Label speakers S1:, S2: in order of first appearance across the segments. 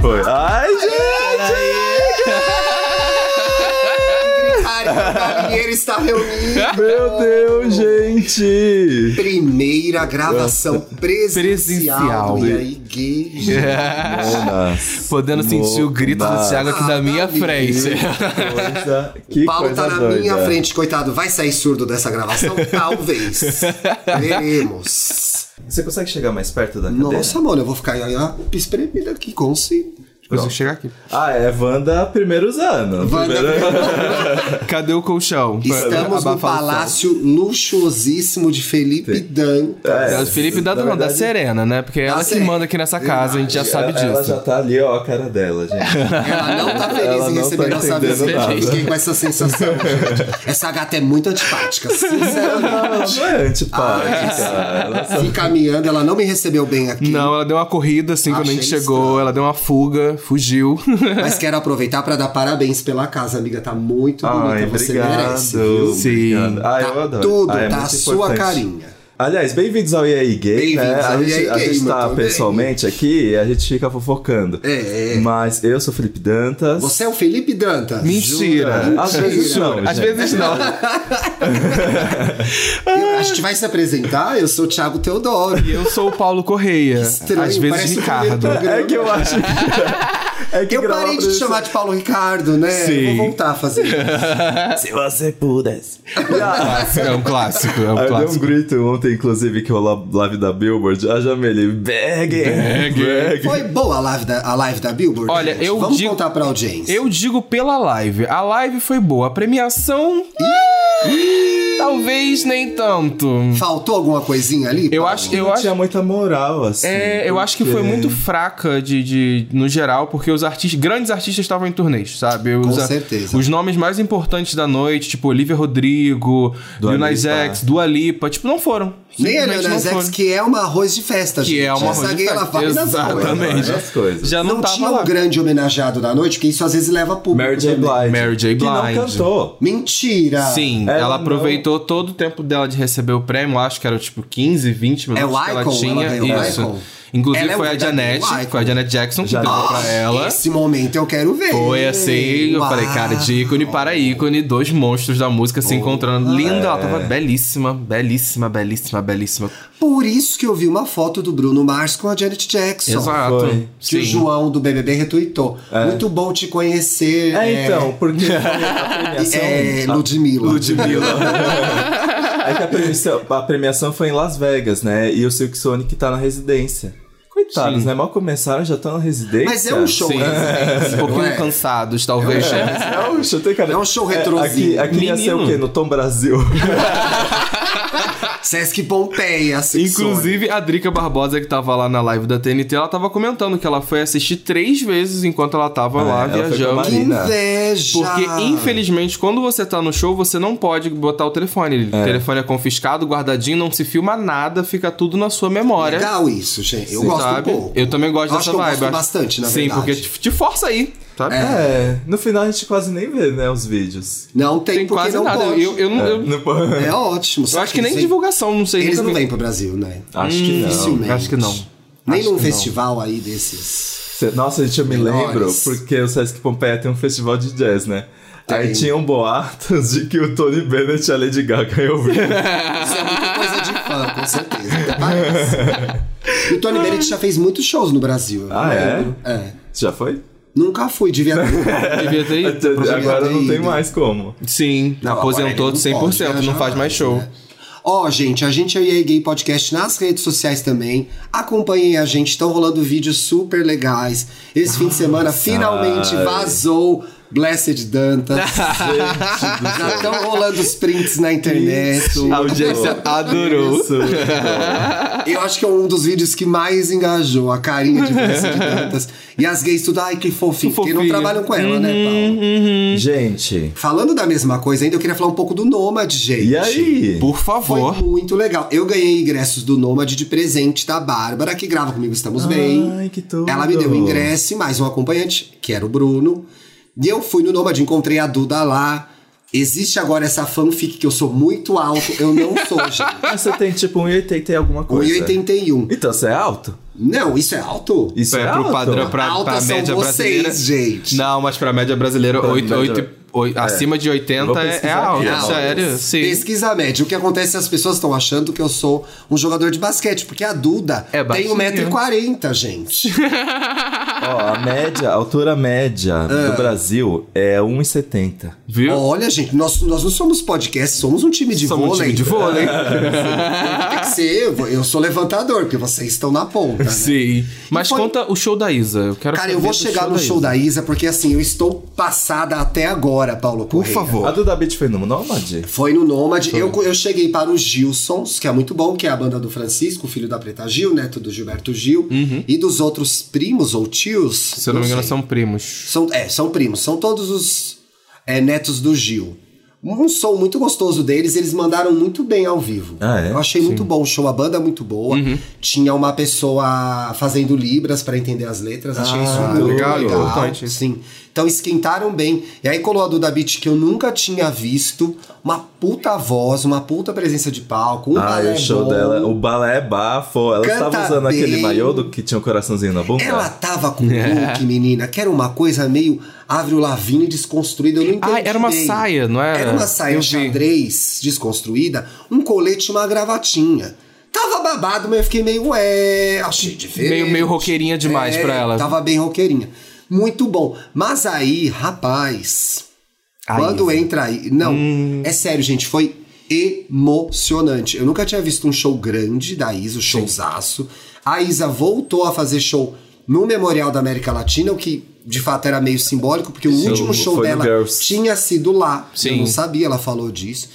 S1: foi. Ai, gente!
S2: Cara, o galinheiro está reunido.
S1: Meu Deus, gente!
S2: Primeira gravação presencial,
S3: Presencial.
S2: e a igreja.
S1: Mona,
S3: Podendo sentir o grito do
S1: Mona.
S3: Thiago aqui na minha frente.
S1: Coisa, que
S2: Paulo
S1: coisa
S2: tá é na
S1: doida.
S2: minha frente, coitado. Vai sair surdo dessa gravação? Talvez. Veremos.
S1: Você consegue chegar mais perto da cadeira?
S2: Nossa, mano, eu vou ficar aí, ó, espremida aqui, consigo.
S3: Depois eu chegar aqui.
S1: Ah, é Wanda primeiros anos.
S2: Wanda,
S3: Cadê o colchão? Pra
S2: estamos no
S3: abafar o som.
S2: palácio luxuosíssimo de Felipe Dantas.
S1: É.
S3: Da É, Felipe da,
S1: na
S3: não, da
S1: verdade-
S3: Serena, né? Porque é ela que
S2: Serena.
S3: manda aqui nessa casa, a gente já sabe
S1: ela, Ela
S3: disso.
S1: já tá ali, ó, a cara dela, gente.
S2: Ela não tá feliz
S1: Ela
S2: em
S1: não
S2: receber
S1: tá
S2: nossa
S1: entendendo
S2: visita.
S1: nada.
S2: gente. Fiquei com essa sensação. gente. Essa gata é muito antipática, sinceramente.
S1: ela não é
S2: Ah,
S1: antipática. ela só...
S2: Fui caminhando, ela não me recebeu bem aqui.
S3: Não, ela deu uma corrida assim quando a gente
S2: Achei
S3: chegou,
S2: estranho.
S3: ela deu uma fuga, fugiu.
S2: Mas quero aproveitar pra dar parabéns pela casa, amiga. Tá muito bonita,
S1: Ai,
S2: você
S1: obrigado.
S2: merece. viu?
S3: Sim.
S1: Obrigado. Ai, eu
S2: Tá
S1: adoro.
S2: tudo,
S1: Ai, é
S2: tá
S1: muito
S2: a sua
S1: importante.
S2: carinha.
S1: Aliás, bem-vindos ao EA Gay, né?
S2: Bem-vindos
S1: A
S2: ao
S1: gente,
S2: EA
S1: a gente
S2: Gay,
S1: tá
S2: muito bem.
S1: pessoalmente aqui e a gente fica fofocando.
S2: É, é.
S1: Mas eu sou Felipe Dantas.
S2: Você é o Felipe Dantas.
S3: Mentira.
S1: Jura? Às vezes
S3: Jura.
S1: não,
S3: Às
S1: gente.
S3: vezes é não.
S2: Eu- a gente vai se apresentar, eu sou o Thiago Teodoro.
S3: E eu sou o Paulo Correia.
S2: Estranho,
S3: às vezes
S2: parece o primeiro
S3: Ricardo.
S2: programa.
S1: É que eu acho que. É que
S2: Eu
S1: gravar
S2: parei de
S1: pra
S2: te
S1: isso-
S2: chamar de Paulo Ricardo, né?
S3: Sim.
S2: Eu vou voltar a fazer isso.
S1: Se você pudesse. Ah,
S3: É um clássico, é um
S1: Aí eu dei um
S3: clássico.
S1: grito ontem, inclusive, que eu la- live da Billboard, a Jamile, bag,
S3: Bag.
S2: Foi boa a live da, a live da Billboard?
S3: Olha,
S2: gente?
S3: eu
S2: Vamos
S3: digo-
S2: contar pra audiência.
S3: Eu digo pela live. A live foi boa. A premiação. Talvez nem tanto.
S2: Faltou alguma coisinha ali?
S3: Eu
S2: Paulo?
S3: acho, eu
S1: Não
S3: acho
S1: tinha muita moral, assim.
S3: É, eu acho que foi
S1: porque-
S3: muito fraca de, de- no geral, porque os artistas, grandes artistas estavam em turnês, sabe? Os,
S2: Com certeza.
S3: Os nomes mais importantes da noite, tipo Olivia Rodrigo,
S1: Dua
S3: Lil Nas
S1: Lipa.
S3: X, Dua Lipa, tipo, não foram.
S2: Nem a
S3: Simplesmente
S2: Lil
S3: não
S2: Nas X,
S3: foram.
S2: que é uma arroz de festa,
S3: Que
S2: gente.
S3: é uma
S2: Essa
S3: arroz de
S2: gay, ela
S3: festa.
S2: faz as coisas.
S3: Exatamente.
S1: Várias coisas.
S3: Já não,
S2: Não,
S3: tava
S2: tinha
S3: lá.
S2: um grande homenageado da noite, porque isso às vezes leva a público.
S1: Mary J.
S2: também.
S1: Blige.
S3: Mary J.
S1: Que não
S3: Blige.
S1: cantou.
S2: Mentira!
S3: Sim, ela,
S2: É,
S1: Ela não-
S3: aproveitou todo o tempo dela de receber o prêmio, acho que era tipo 15, 20 minutos
S2: É o
S3: que ela
S2: Icon, ela
S3: tinha.
S2: ganhou o
S3: Isso.
S2: Icon.
S3: Inclusive
S2: Ela é
S3: foi
S2: o
S3: a
S2: verdadeiro
S3: Janet,
S2: Icon.
S3: foi a Janet Jackson que
S1: Janet.
S3: deu pra
S2: Nossa,
S3: ela.
S2: Ah, Esse momento eu quero ver. Ah,
S3: Foi assim, eu
S2: Uau.
S3: falei, cara, de ícone para ícone, dois monstros da música se encontrando. Linda, ela
S2: É.
S3: tava belíssima, belíssima, belíssima, belíssima.
S2: Por isso que eu vi uma foto do Bruno Mars com a Janet Jackson.
S3: Exato.
S1: foi.
S2: Que o
S3: Sim.
S2: João do BBB retuitou. Muito bom te conhecer.
S1: É, então, porque foi a premiação...
S2: É,
S1: a-
S2: Ludmilla.
S1: Ludmilla. é que a premiação, a premiação foi em Las Vegas, né? E o Silk Sonic tá na residência. Coitados,
S3: Sim.
S1: né? Mal começaram, já estão na residência.
S2: Mas é um show,
S3: Sim.
S2: né?
S3: Um
S2: Não
S3: pouquinho
S2: é?
S3: cansados, talvez. né?
S1: É um show, tem cara.
S2: É um show retrozinho.
S1: aqui aqui ia ser o
S3: Menino.
S1: quê? No Tom Brasil.
S2: é, Sesc Pompeia, assim,
S3: Inclusive, a Drica Barbosa, que tava lá na live da TNT, ela tava comentando que ela foi assistir três vezes enquanto ela tava lá
S1: É, ela foi com a
S3: viajando.
S2: Que
S1: Marina.
S2: inveja!
S3: Porque, infelizmente, quando você tá no show, você não pode botar o telefone. O telefone é confiscado, guardadinho, não se filma nada, fica tudo na sua memória.
S2: Legal isso, gente. Eu gosto
S3: sabe?
S2: um pouco.
S3: Eu também gosto
S2: Eu acho
S3: dessa
S2: que eu
S3: vibe.
S2: gosto bastante, na
S3: Sim,
S2: verdade.
S3: porque te, te força aí, sabe?
S1: É, no final a gente quase nem vê, né, os vídeos.
S2: Não tem,
S3: Tem
S2: porque
S3: quase
S2: não
S3: nada.
S2: pode.
S3: Eu, eu, não- eu,
S1: No-
S2: É ótimo.
S3: eu
S2: sabe?
S3: acho que nem
S2: Eles-
S3: divulgação, não sei.
S2: Eles
S3: nunca
S2: não
S3: vi.
S2: vêm pro Brasil, né?
S1: Acho que
S3: Hum.
S1: não.
S2: Dificilmente.
S3: acho que não.
S2: Nem
S3: Acho
S2: num
S3: que não.
S2: festival aí desses.
S1: Cê- Nossa, gente, eu me
S2: Menores.
S1: lembro, porque o Sesc Pompeia tem um festival de jazz, né? Aí
S2: Tem.
S1: tinham boatos de que o Tony Bennett e a Lady Gaga eu vi.
S2: Isso é muita coisa de fã, com certeza. Até parece. E o Tony Bennett já fez muitos shows no Brasil. eu
S1: Ah, é?
S2: lembro. É.
S1: Já foi?
S2: Nunca fui, devia ter.
S3: Devia ter ido.
S1: Agora não tem
S2: ido.
S1: mais como.
S3: Sim,
S2: Não,
S3: aposentou
S2: agora ele não
S3: 100%,
S2: pode, né?
S3: não faz mais show.
S2: né? Ó, gente, a gente é o EA Gay Podcast nas redes sociais também. Acompanhem a gente, estão rolando vídeos super legais. Esse fim de semana finalmente vazou Blessed Dantas. Já estão rolando os prints na internet.
S3: A audiência adorou.
S1: Isso.
S2: Eu acho que é um dos vídeos que mais engajou a carinha de Blessed Dantas. E as gays tudo, ai que fofinho,
S3: Que
S2: porque não
S3: fofinho. Uhum.
S2: trabalham com ela, né, Paulo?
S1: gente,
S2: Falando da mesma coisa ainda, eu queria falar um pouco do Nomad, gente.
S1: e aí?
S3: Por
S2: Foi
S3: favor.
S2: muito legal. Eu ganhei ingressos do Nômade de presente da Bárbara, que grava comigo Estamos Bem.
S1: Ai, que tudo.
S2: Ela me deu o ingresso e mais um acompanhante, que era o Bruno. E eu fui no Nômade, encontrei a Duda lá. Existe agora essa fanfic que eu sou muito alto, eu não sou, gente.
S1: Mas você tem tipo 1,80 e alguma
S3: um
S1: coisa.
S2: 1,81.
S1: Então você é alto?
S2: Não, isso é alto?
S1: Isso é,
S3: é
S1: alto?
S3: pro padrão, pra,
S2: Alta
S3: pra
S2: são
S3: média
S2: vocês,
S3: brasileira.
S2: gente.
S3: Não, mas pra média brasileira,
S1: Pra
S3: oito-
S1: média-
S3: oito- oito-
S1: é.
S3: acima de 80
S1: Vou
S3: é, é
S1: pesquisar aqui,
S3: alto,
S1: é alto.
S3: sério. Sim.
S2: Pesquisa média. O que acontece é as pessoas estão achando que eu sou um jogador de basquete, porque a Duda
S3: É
S2: tem
S3: baixinha.
S2: 1,40m, gente.
S1: Ó, a média, a altura média
S3: Ah.
S1: do Brasil é 1,70.
S3: Viu?
S2: Olha, gente, nós, nós não somos podcast, somos um time de
S3: Somos um
S2: vôlei.
S3: time de vôlei.
S2: Tem que ser, eu- eu sou levantador, porque vocês estão na ponta, né?
S3: Sim. Mas
S2: E foi-
S3: conta o show da Isa. Eu quero
S2: Cara, eu
S3: saber
S2: vou
S3: do
S2: chegar no show da Isa, porque assim, eu estou passada até agora, Paulo
S3: Por
S2: Correia.
S1: A
S3: favor.
S1: Duda Beat foi no Nomad?
S2: Foi no Nômade. Eu, eu cheguei para os Gilsons, que é muito bom, que é a banda do Francisco, filho da Preta Gil, neto do Gilberto Gil, e dos outros primos ou tios.
S3: Uhum. Se eu não me engano,
S2: sei.
S3: são primos.
S2: São, é, são primos, são todos os é, netos do Gil. Um som muito gostoso deles, eles mandaram muito bem ao vivo.
S1: Ah, é?
S2: Eu achei muito bom o show, a banda é muito boa. Tinha uma pessoa fazendo libras pra entender as letras, achei
S1: Ah,
S2: isso muito
S3: legal,
S2: legal.
S3: importante.
S2: Sim. Então esquentaram bem. E aí colou a Duda Beat que eu nunca tinha visto, uma puta voz, uma puta presença de palco, um
S1: Ah, e
S2: balé
S1: o show
S2: bom.
S1: dela, o balé é bafo. Ela
S2: Canta
S1: estava usando aquele
S2: bem.
S1: maiô do que tinha um coraçãozinho na bunda?
S2: Ela tava com um
S3: É.
S2: look, menina, que era uma coisa meio Avril Lavigne desconstruída, eu não entendi
S3: Ah, era uma
S2: bem.
S3: saia, não era?
S2: Era uma saia
S3: Eu vi.
S2: xadrez desconstruída, um colete e uma gravatinha. Tava babado, mas eu fiquei meio, ué, achei diferente. É,
S3: Meio- meio roqueirinha demais pra ela.
S2: Tava bem roqueirinha. Muito bom. Mas aí, rapaz,
S3: Aí.
S2: quando entra aí. Não, é sério, gente, foi emocionante. Eu nunca tinha visto um show grande da Isa, um showzaço. A Isa voltou a fazer show no Memorial da América Latina, o que de fato era meio simbólico, porque o
S1: Sim,
S2: último show
S1: foi no
S2: dela
S1: Girls.
S2: tinha sido lá. Eu
S3: Sim.
S2: não sabia, ela falou disso.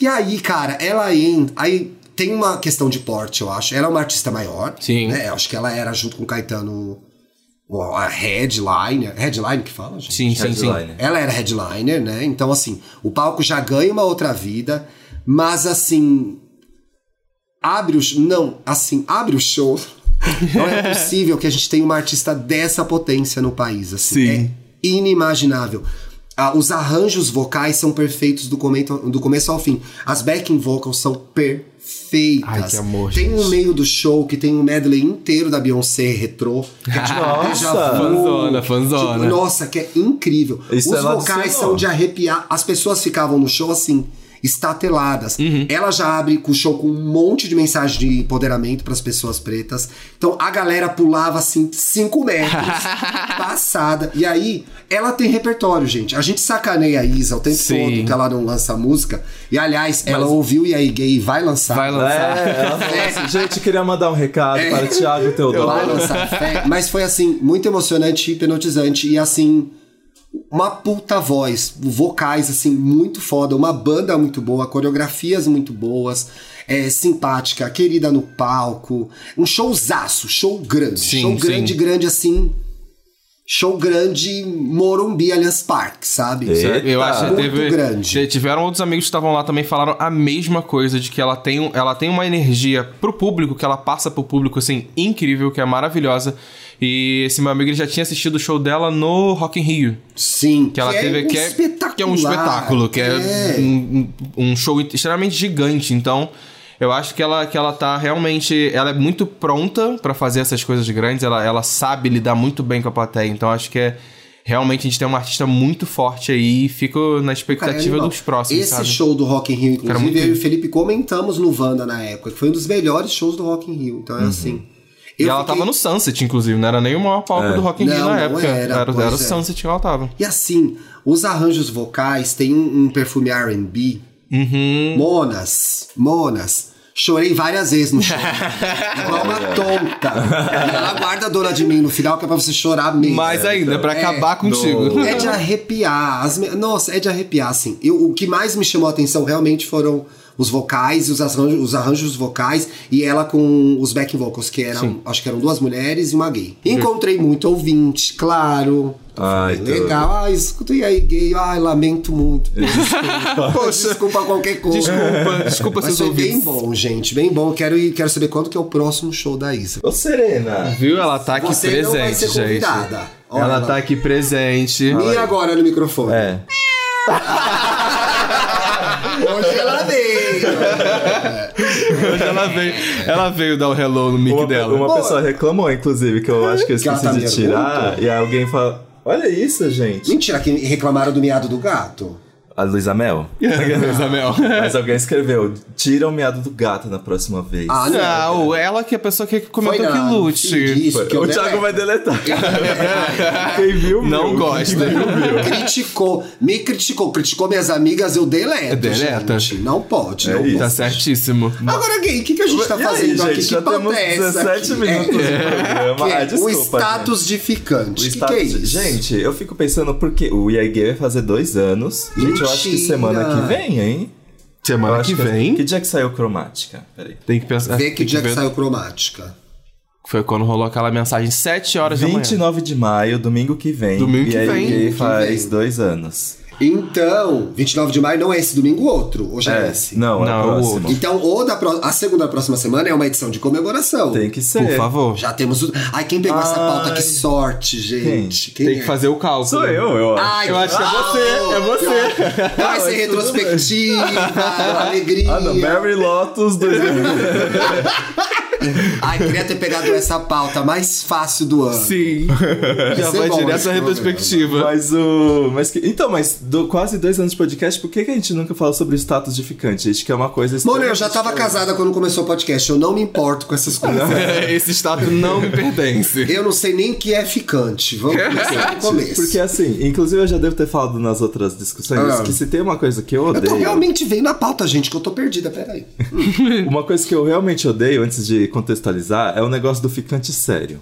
S2: E aí, cara, ela entra. Aí tem uma questão de porte, eu acho. Ela é uma artista maior.
S3: Sim.
S2: Né? Eu acho que ela era junto com o Caetano. A headline. Headline que fala, gente?
S3: Sim, sim, sim.
S1: Headliner.
S2: Ela era headliner, né? Então, assim, o palco já ganha uma outra vida, mas assim. Abre o. sh- Não, assim, abre o show. Não é possível que a gente tenha uma artista dessa potência no país. Assim.
S3: Sim.
S2: É inimaginável. Ah, os arranjos vocais são perfeitos do, comento, do começo ao fim. As backing vocals são perfeitas.
S3: Ai, que amor,
S2: Tem
S3: gente.
S2: um meio do show que tem um medley inteiro da Beyoncé retrô. Que é tipo,
S1: Nossa!
S2: déjà vu.
S3: Fanzona, fanzona.
S2: Tipo, nossa, que é incrível.
S1: Isso
S3: é
S2: Os
S1: ela
S2: vocais
S1: adicionou.
S2: são de arrepiar. As pessoas ficavam no show assim, estateladas.
S3: Uhum.
S2: Ela já abre com o show com um monte de mensagem de empoderamento para as pessoas pretas. Então a galera pulava assim, 5 metros, passada. E aí, ela tem repertório, gente. A gente sacaneia a Isa o tempo
S3: Sim.
S2: todo que ela não lança música. E aliás, ela ouviu e aí gay vai lançar.
S3: Vai lançar.
S1: É, ela falou assim, gente, queria mandar um recado para o Thiago e
S2: Vai
S1: Teodoro.
S2: lançar fé. Mas foi assim, muito emocionante, hipnotizante e assim. Uma puta voz, vocais assim, muito foda, uma banda muito boa, coreografias muito boas, é, simpática, querida no palco, um showzaço, show grande,
S3: Sim,
S2: show grande,
S3: sim.
S2: grande assim, show grande Morumbi Allianz Park, sabe?
S3: É.
S1: Eita.
S3: Eu acho que
S2: Tá Muito
S3: teve,
S2: grande.
S3: te- tiveram outros amigos que estavam lá também falaram a mesma coisa de que ela tem, um- ela tem uma energia pro público que ela passa pro público assim incrível, que é maravilhosa. E esse meu amigo ele já tinha assistido o show dela no Rock in Rio,
S2: Sim,
S3: que ela teve que é,
S2: espetacular.
S3: que é um espetáculo, que é, Um, um show extremamente gigante. Então, eu acho que ela que ela tá realmente, ela é muito pronta pra fazer essas coisas grandes, ela ela sabe lidar muito bem com a plateia. Então, acho que é Realmente a gente tem uma artista muito forte aí e fico na
S2: Cara, é
S3: expectativa
S2: animal.
S3: dos próximos,
S2: Esse
S3: sabe?
S2: show do Rock in Rio,
S3: Cara, muito
S2: inclusive, eu e o Felipe comentamos no Wanda na época, que foi um dos melhores shows do Rock in Rio. Então é assim.
S3: Uhum. E
S2: eu
S3: ela
S2: fiquei-
S3: tava no Sunset, inclusive, não era nem o maior palco do Rock in Rio
S2: Não,
S3: na
S2: não
S3: época.
S2: era,
S3: Era, era
S2: pois
S3: o
S2: é.
S3: Sunset que ela tava.
S2: E assim, os arranjos vocais tem um, um perfume R&B.
S3: Uhum.
S2: Monas, Monas. Chorei várias vezes no show. Igual uma tonta. E ela guarda a dona de mim no final, que é pra você chorar mesmo.
S3: Mas ainda, pra
S2: É,
S3: acabar contigo.
S1: do-
S2: É de arrepiar. As me- Nossa, é de arrepiar, assim. Eu, o que mais me chamou a atenção realmente foram os vocais, os arranjos, os arranjos vocais e ela com os back vocals, que eram, acho que eram duas mulheres e uma gay.
S3: Hum.
S2: Encontrei muito ouvinte, claro.
S1: Ai,
S2: Foi
S1: tudo.
S2: legal. Ai, escutei aí, gay. Ai, lamento muito. Desculpa, desculpa qualquer coisa.
S3: Desculpa, desculpa
S2: Mas
S3: seus
S2: foi bem
S3: ouvidos.
S2: bom, gente. Bem bom. Quero, ir- quero saber quando que é o próximo show da Isa.
S1: Ô, Serena.
S3: Viu? Ela tá aqui
S2: Você
S3: presente,
S2: não vai ser
S3: gente.
S2: convidada. Olha
S3: Ela
S2: lá.
S3: tá aqui presente.
S2: E agora no microfone?
S1: É.
S3: Hoje ela veio, ela veio dar o hello no mic
S1: Uma,
S3: dela.
S1: uma
S2: Pô.
S1: pessoa reclamou, inclusive, que eu acho que eu
S2: Que ela
S1: esqueci
S2: tá
S1: de
S2: me
S1: tirar. E aí alguém fala: Olha isso, gente.
S2: Mentira, que reclamaram do miado do gato.
S1: A Luísa Mel.
S3: Isabel.
S2: É.
S1: Mas alguém escreveu: Tira o miado do gato na próxima vez.
S2: Ah, não.
S3: Não, ela que é a pessoa que comentou
S2: Foi
S3: que
S2: na- Sim,
S3: lute.
S2: disso que eu
S1: o Thiago
S2: deleto.
S1: vai deletar. Quem viu,
S3: Não
S1: viu.
S3: gosta.
S2: Criticou, me criticou, criticou minhas amigas, eu deleto.
S3: Deleta.
S2: gente. Não pode,
S1: É
S2: não
S1: isso.
S3: Tá
S2: pode.
S3: certíssimo.
S2: Agora, gay, o que, que a gente tá
S1: E aí,
S2: fazendo aqui?
S1: gente,
S2: que
S1: já temos
S2: pauta é essa
S1: 17
S2: aqui?
S1: minutos
S2: É.
S1: de programa.
S2: Que é
S1: ah, desculpa.
S2: o status de ficante.
S1: gente. O
S2: O que,
S1: status-
S2: que é isso?
S1: Gente, eu fico pensando porque o EA Gay vai fazer dois anos. Gente, eu acho que
S2: Mentira.
S1: semana que vem, hein? Eu
S3: Semana
S1: acho
S3: que vem.
S1: Que dia que saiu cromática? Peraí.
S3: Tem que pensar.
S2: Vê que
S3: tem
S2: dia que
S3: ver-
S2: saiu cromática.
S3: Foi quando rolou aquela mensagem 7 horas da manhã.
S1: 29 de maio, domingo que vem.
S3: Domingo que
S1: e aí
S3: vem.
S1: Gay
S2: Domingo que
S1: faz
S2: vem.
S1: dois anos.
S2: Então, 29 de maio não é esse domingo, outro. Hoje é,
S1: É,
S2: esse.
S1: não, é
S3: Não,
S1: o
S3: o
S1: próximo.
S3: outro.
S2: Então, ou da pro- a segunda da próxima semana é uma edição de comemoração.
S1: Tem que ser.
S3: Por favor.
S2: Já temos o. Ai, quem pegou essa pauta?
S1: Ai.
S2: Que sorte, gente. Quem
S3: Tem
S2: é?
S3: que fazer o cálculo.
S1: Sou eu, eu acho.
S2: Ai,
S3: Eu acho que é você, é você.
S2: Vai ser retrospectiva, alegria.
S1: Ah, não, Mary Lotus 2000.
S2: Ai, queria ter pegado essa pauta mais fácil do ano.
S3: Sim. Já
S2: ser
S3: vai
S2: bom
S3: direto
S2: esse
S3: à
S2: programa.
S3: retrospectiva.
S1: mas o. Mas que- então, mas do, quase dois anos de podcast, por que, que a gente nunca fala sobre status de ficante? Gente, que é uma coisa
S2: Mano, eu
S1: extremamente
S2: já tava
S1: diferente.
S2: casada quando começou o podcast. Eu não me importo com essas coisas.
S3: Esse status não me pertence.
S2: Eu não sei nem o que é ficante. Vamos começar do começo.
S1: Porque assim, inclusive eu já devo ter falado nas outras discussões
S2: Ah.
S1: que se tem uma coisa que eu
S2: Eu tô
S1: odeio.
S2: realmente veio na pauta, gente, que eu tô perdida. Peraí.
S1: Uma coisa que eu realmente odeio, antes de contextualizar, é o negócio do ficante sério.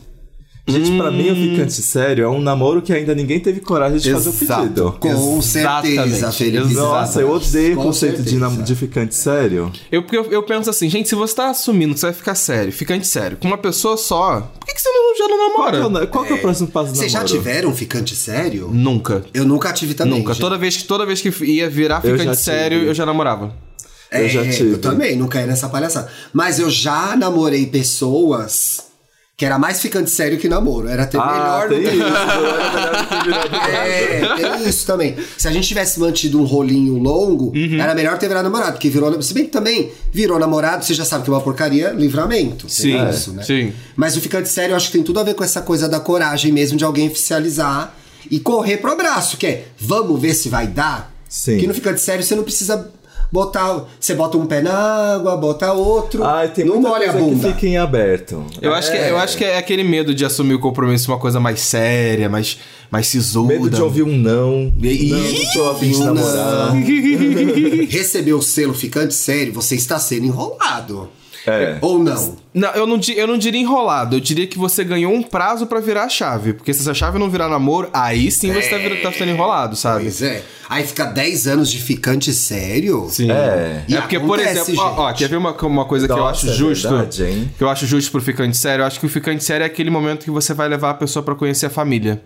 S1: Gente, pra mim o
S2: Hum.
S1: ficante sério é um namoro que ainda ninguém teve coragem de fazer o
S3: Exato.
S1: pedido.
S2: Com
S3: Exatamente.
S2: certeza, Felipe.
S1: Nossa, eu odeio o
S2: Com
S1: conceito de,
S2: certeza.
S1: nam- de ficante sério.
S3: Eu, porque eu, eu penso assim, gente, se você tá assumindo que você vai ficar sério, ficante sério, com uma pessoa só, por que, que você não, já
S1: Qual
S3: não
S1: que é o,
S3: namora?
S1: na- qual que é o próximo passo do
S2: Vocês já
S1: namoro?
S2: tiveram um ficante sério?
S3: Nunca.
S2: Eu nunca tive também.
S3: Nunca.
S2: gente.
S3: Toda vez, que, toda vez que ia virar
S1: Eu
S3: ficante
S1: já
S3: sério,
S1: tive.
S3: eu já namorava.
S1: Eu já tive.
S2: É, Eu também, não caí nessa palhaçada. Mas eu já namorei pessoas que era mais ficante sério que namoro. Era até
S1: Ah,
S2: melhor
S1: tem
S2: do
S1: isso.
S2: que.
S1: Era melhor ter virado
S2: É, tem isso também. Se a gente tivesse mantido um rolinho longo, era melhor ter virado namorado, porque virou. Se bem que também virou namorado, você já sabe que é uma porcaria, livramento.
S3: Sim,
S2: Tem isso, né?
S3: sim.
S2: Mas o ficante sério, eu acho que tem tudo a ver com essa coisa da coragem mesmo de alguém oficializar e correr pro abraço, que é vamos ver se vai dar.
S1: Sim.
S2: Que no ficante sério você não precisa botar. Você bota um pé na água, bota outro.
S1: Ai, tem
S2: não
S1: muita
S2: molha a
S1: coisa
S2: bunda.
S1: que fica em aberto.
S3: Eu, acho que, eu acho que é aquele medo de assumir o compromisso uma coisa mais séria, mais, mais sisuda.
S1: Medo de ouvir um não.
S3: E-
S1: não, não tô afim de
S2: um
S1: um
S2: Não.
S1: namorar.
S2: Receber o selo ficante sério, você está sendo enrolado.
S1: É.
S2: Ou não.
S3: Não, eu não, di- eu não diria enrolado, eu diria que você ganhou um prazo pra virar a chave. Porque se essa chave não virar namoro, aí sim você tá, vir- tá sendo enrolado, sabe?
S2: Pois é. Aí fica 10 anos de ficante sério?
S3: Sim.
S1: É.
S3: É,
S2: E
S3: porque,
S2: acontece,
S3: por exemplo, ó, ó,
S2: gente.
S3: quer ver uma, uma coisa que eu
S1: Nossa,
S3: acho
S1: é
S3: justo?
S1: verdade, hein?
S3: que eu acho justo pro ficante sério, eu acho que o ficante sério é aquele momento que você vai levar a pessoa pra conhecer a família.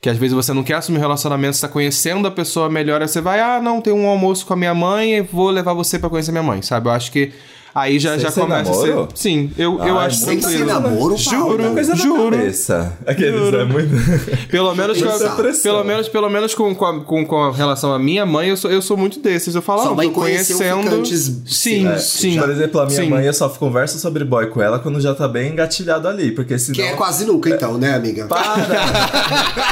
S3: Que às vezes você não quer assumir relacionamento, você tá conhecendo a pessoa melhor, aí você vai, ah, não, tem um almoço com a minha mãe, vou levar você pra conhecer minha mãe, sabe? Eu acho que aí já,
S1: Sem
S3: já
S1: ser
S3: começa a
S1: namoro?
S3: ser. Sim, eu, eu
S1: Ai,
S3: acho
S1: muito
S2: Ah, Sem
S3: tranquilo.
S2: ser namoro,
S3: Juro,
S2: Paula.
S1: Coisa
S3: Juro.
S1: na cabeça. Aqueles, é muito...
S3: Pelo menos, com a-
S2: é
S1: Essa pressão.
S3: pelo menos, pelo menos com, com, a- com, com a relação à minha mãe, eu sou, eu sou muito desses. Eu falo,
S2: Sua
S3: ah,
S2: mãe
S3: tô
S2: conheceu
S3: conhecendo.
S2: ficantes-
S3: Sim,
S2: É,
S3: sim.
S1: Por exemplo, a minha
S3: Sim.
S1: mãe, eu só converso sobre boy com ela quando já tá bem engatilhado ali. Porque senão...
S2: Que é quase nunca, então, né, amiga?
S1: Para!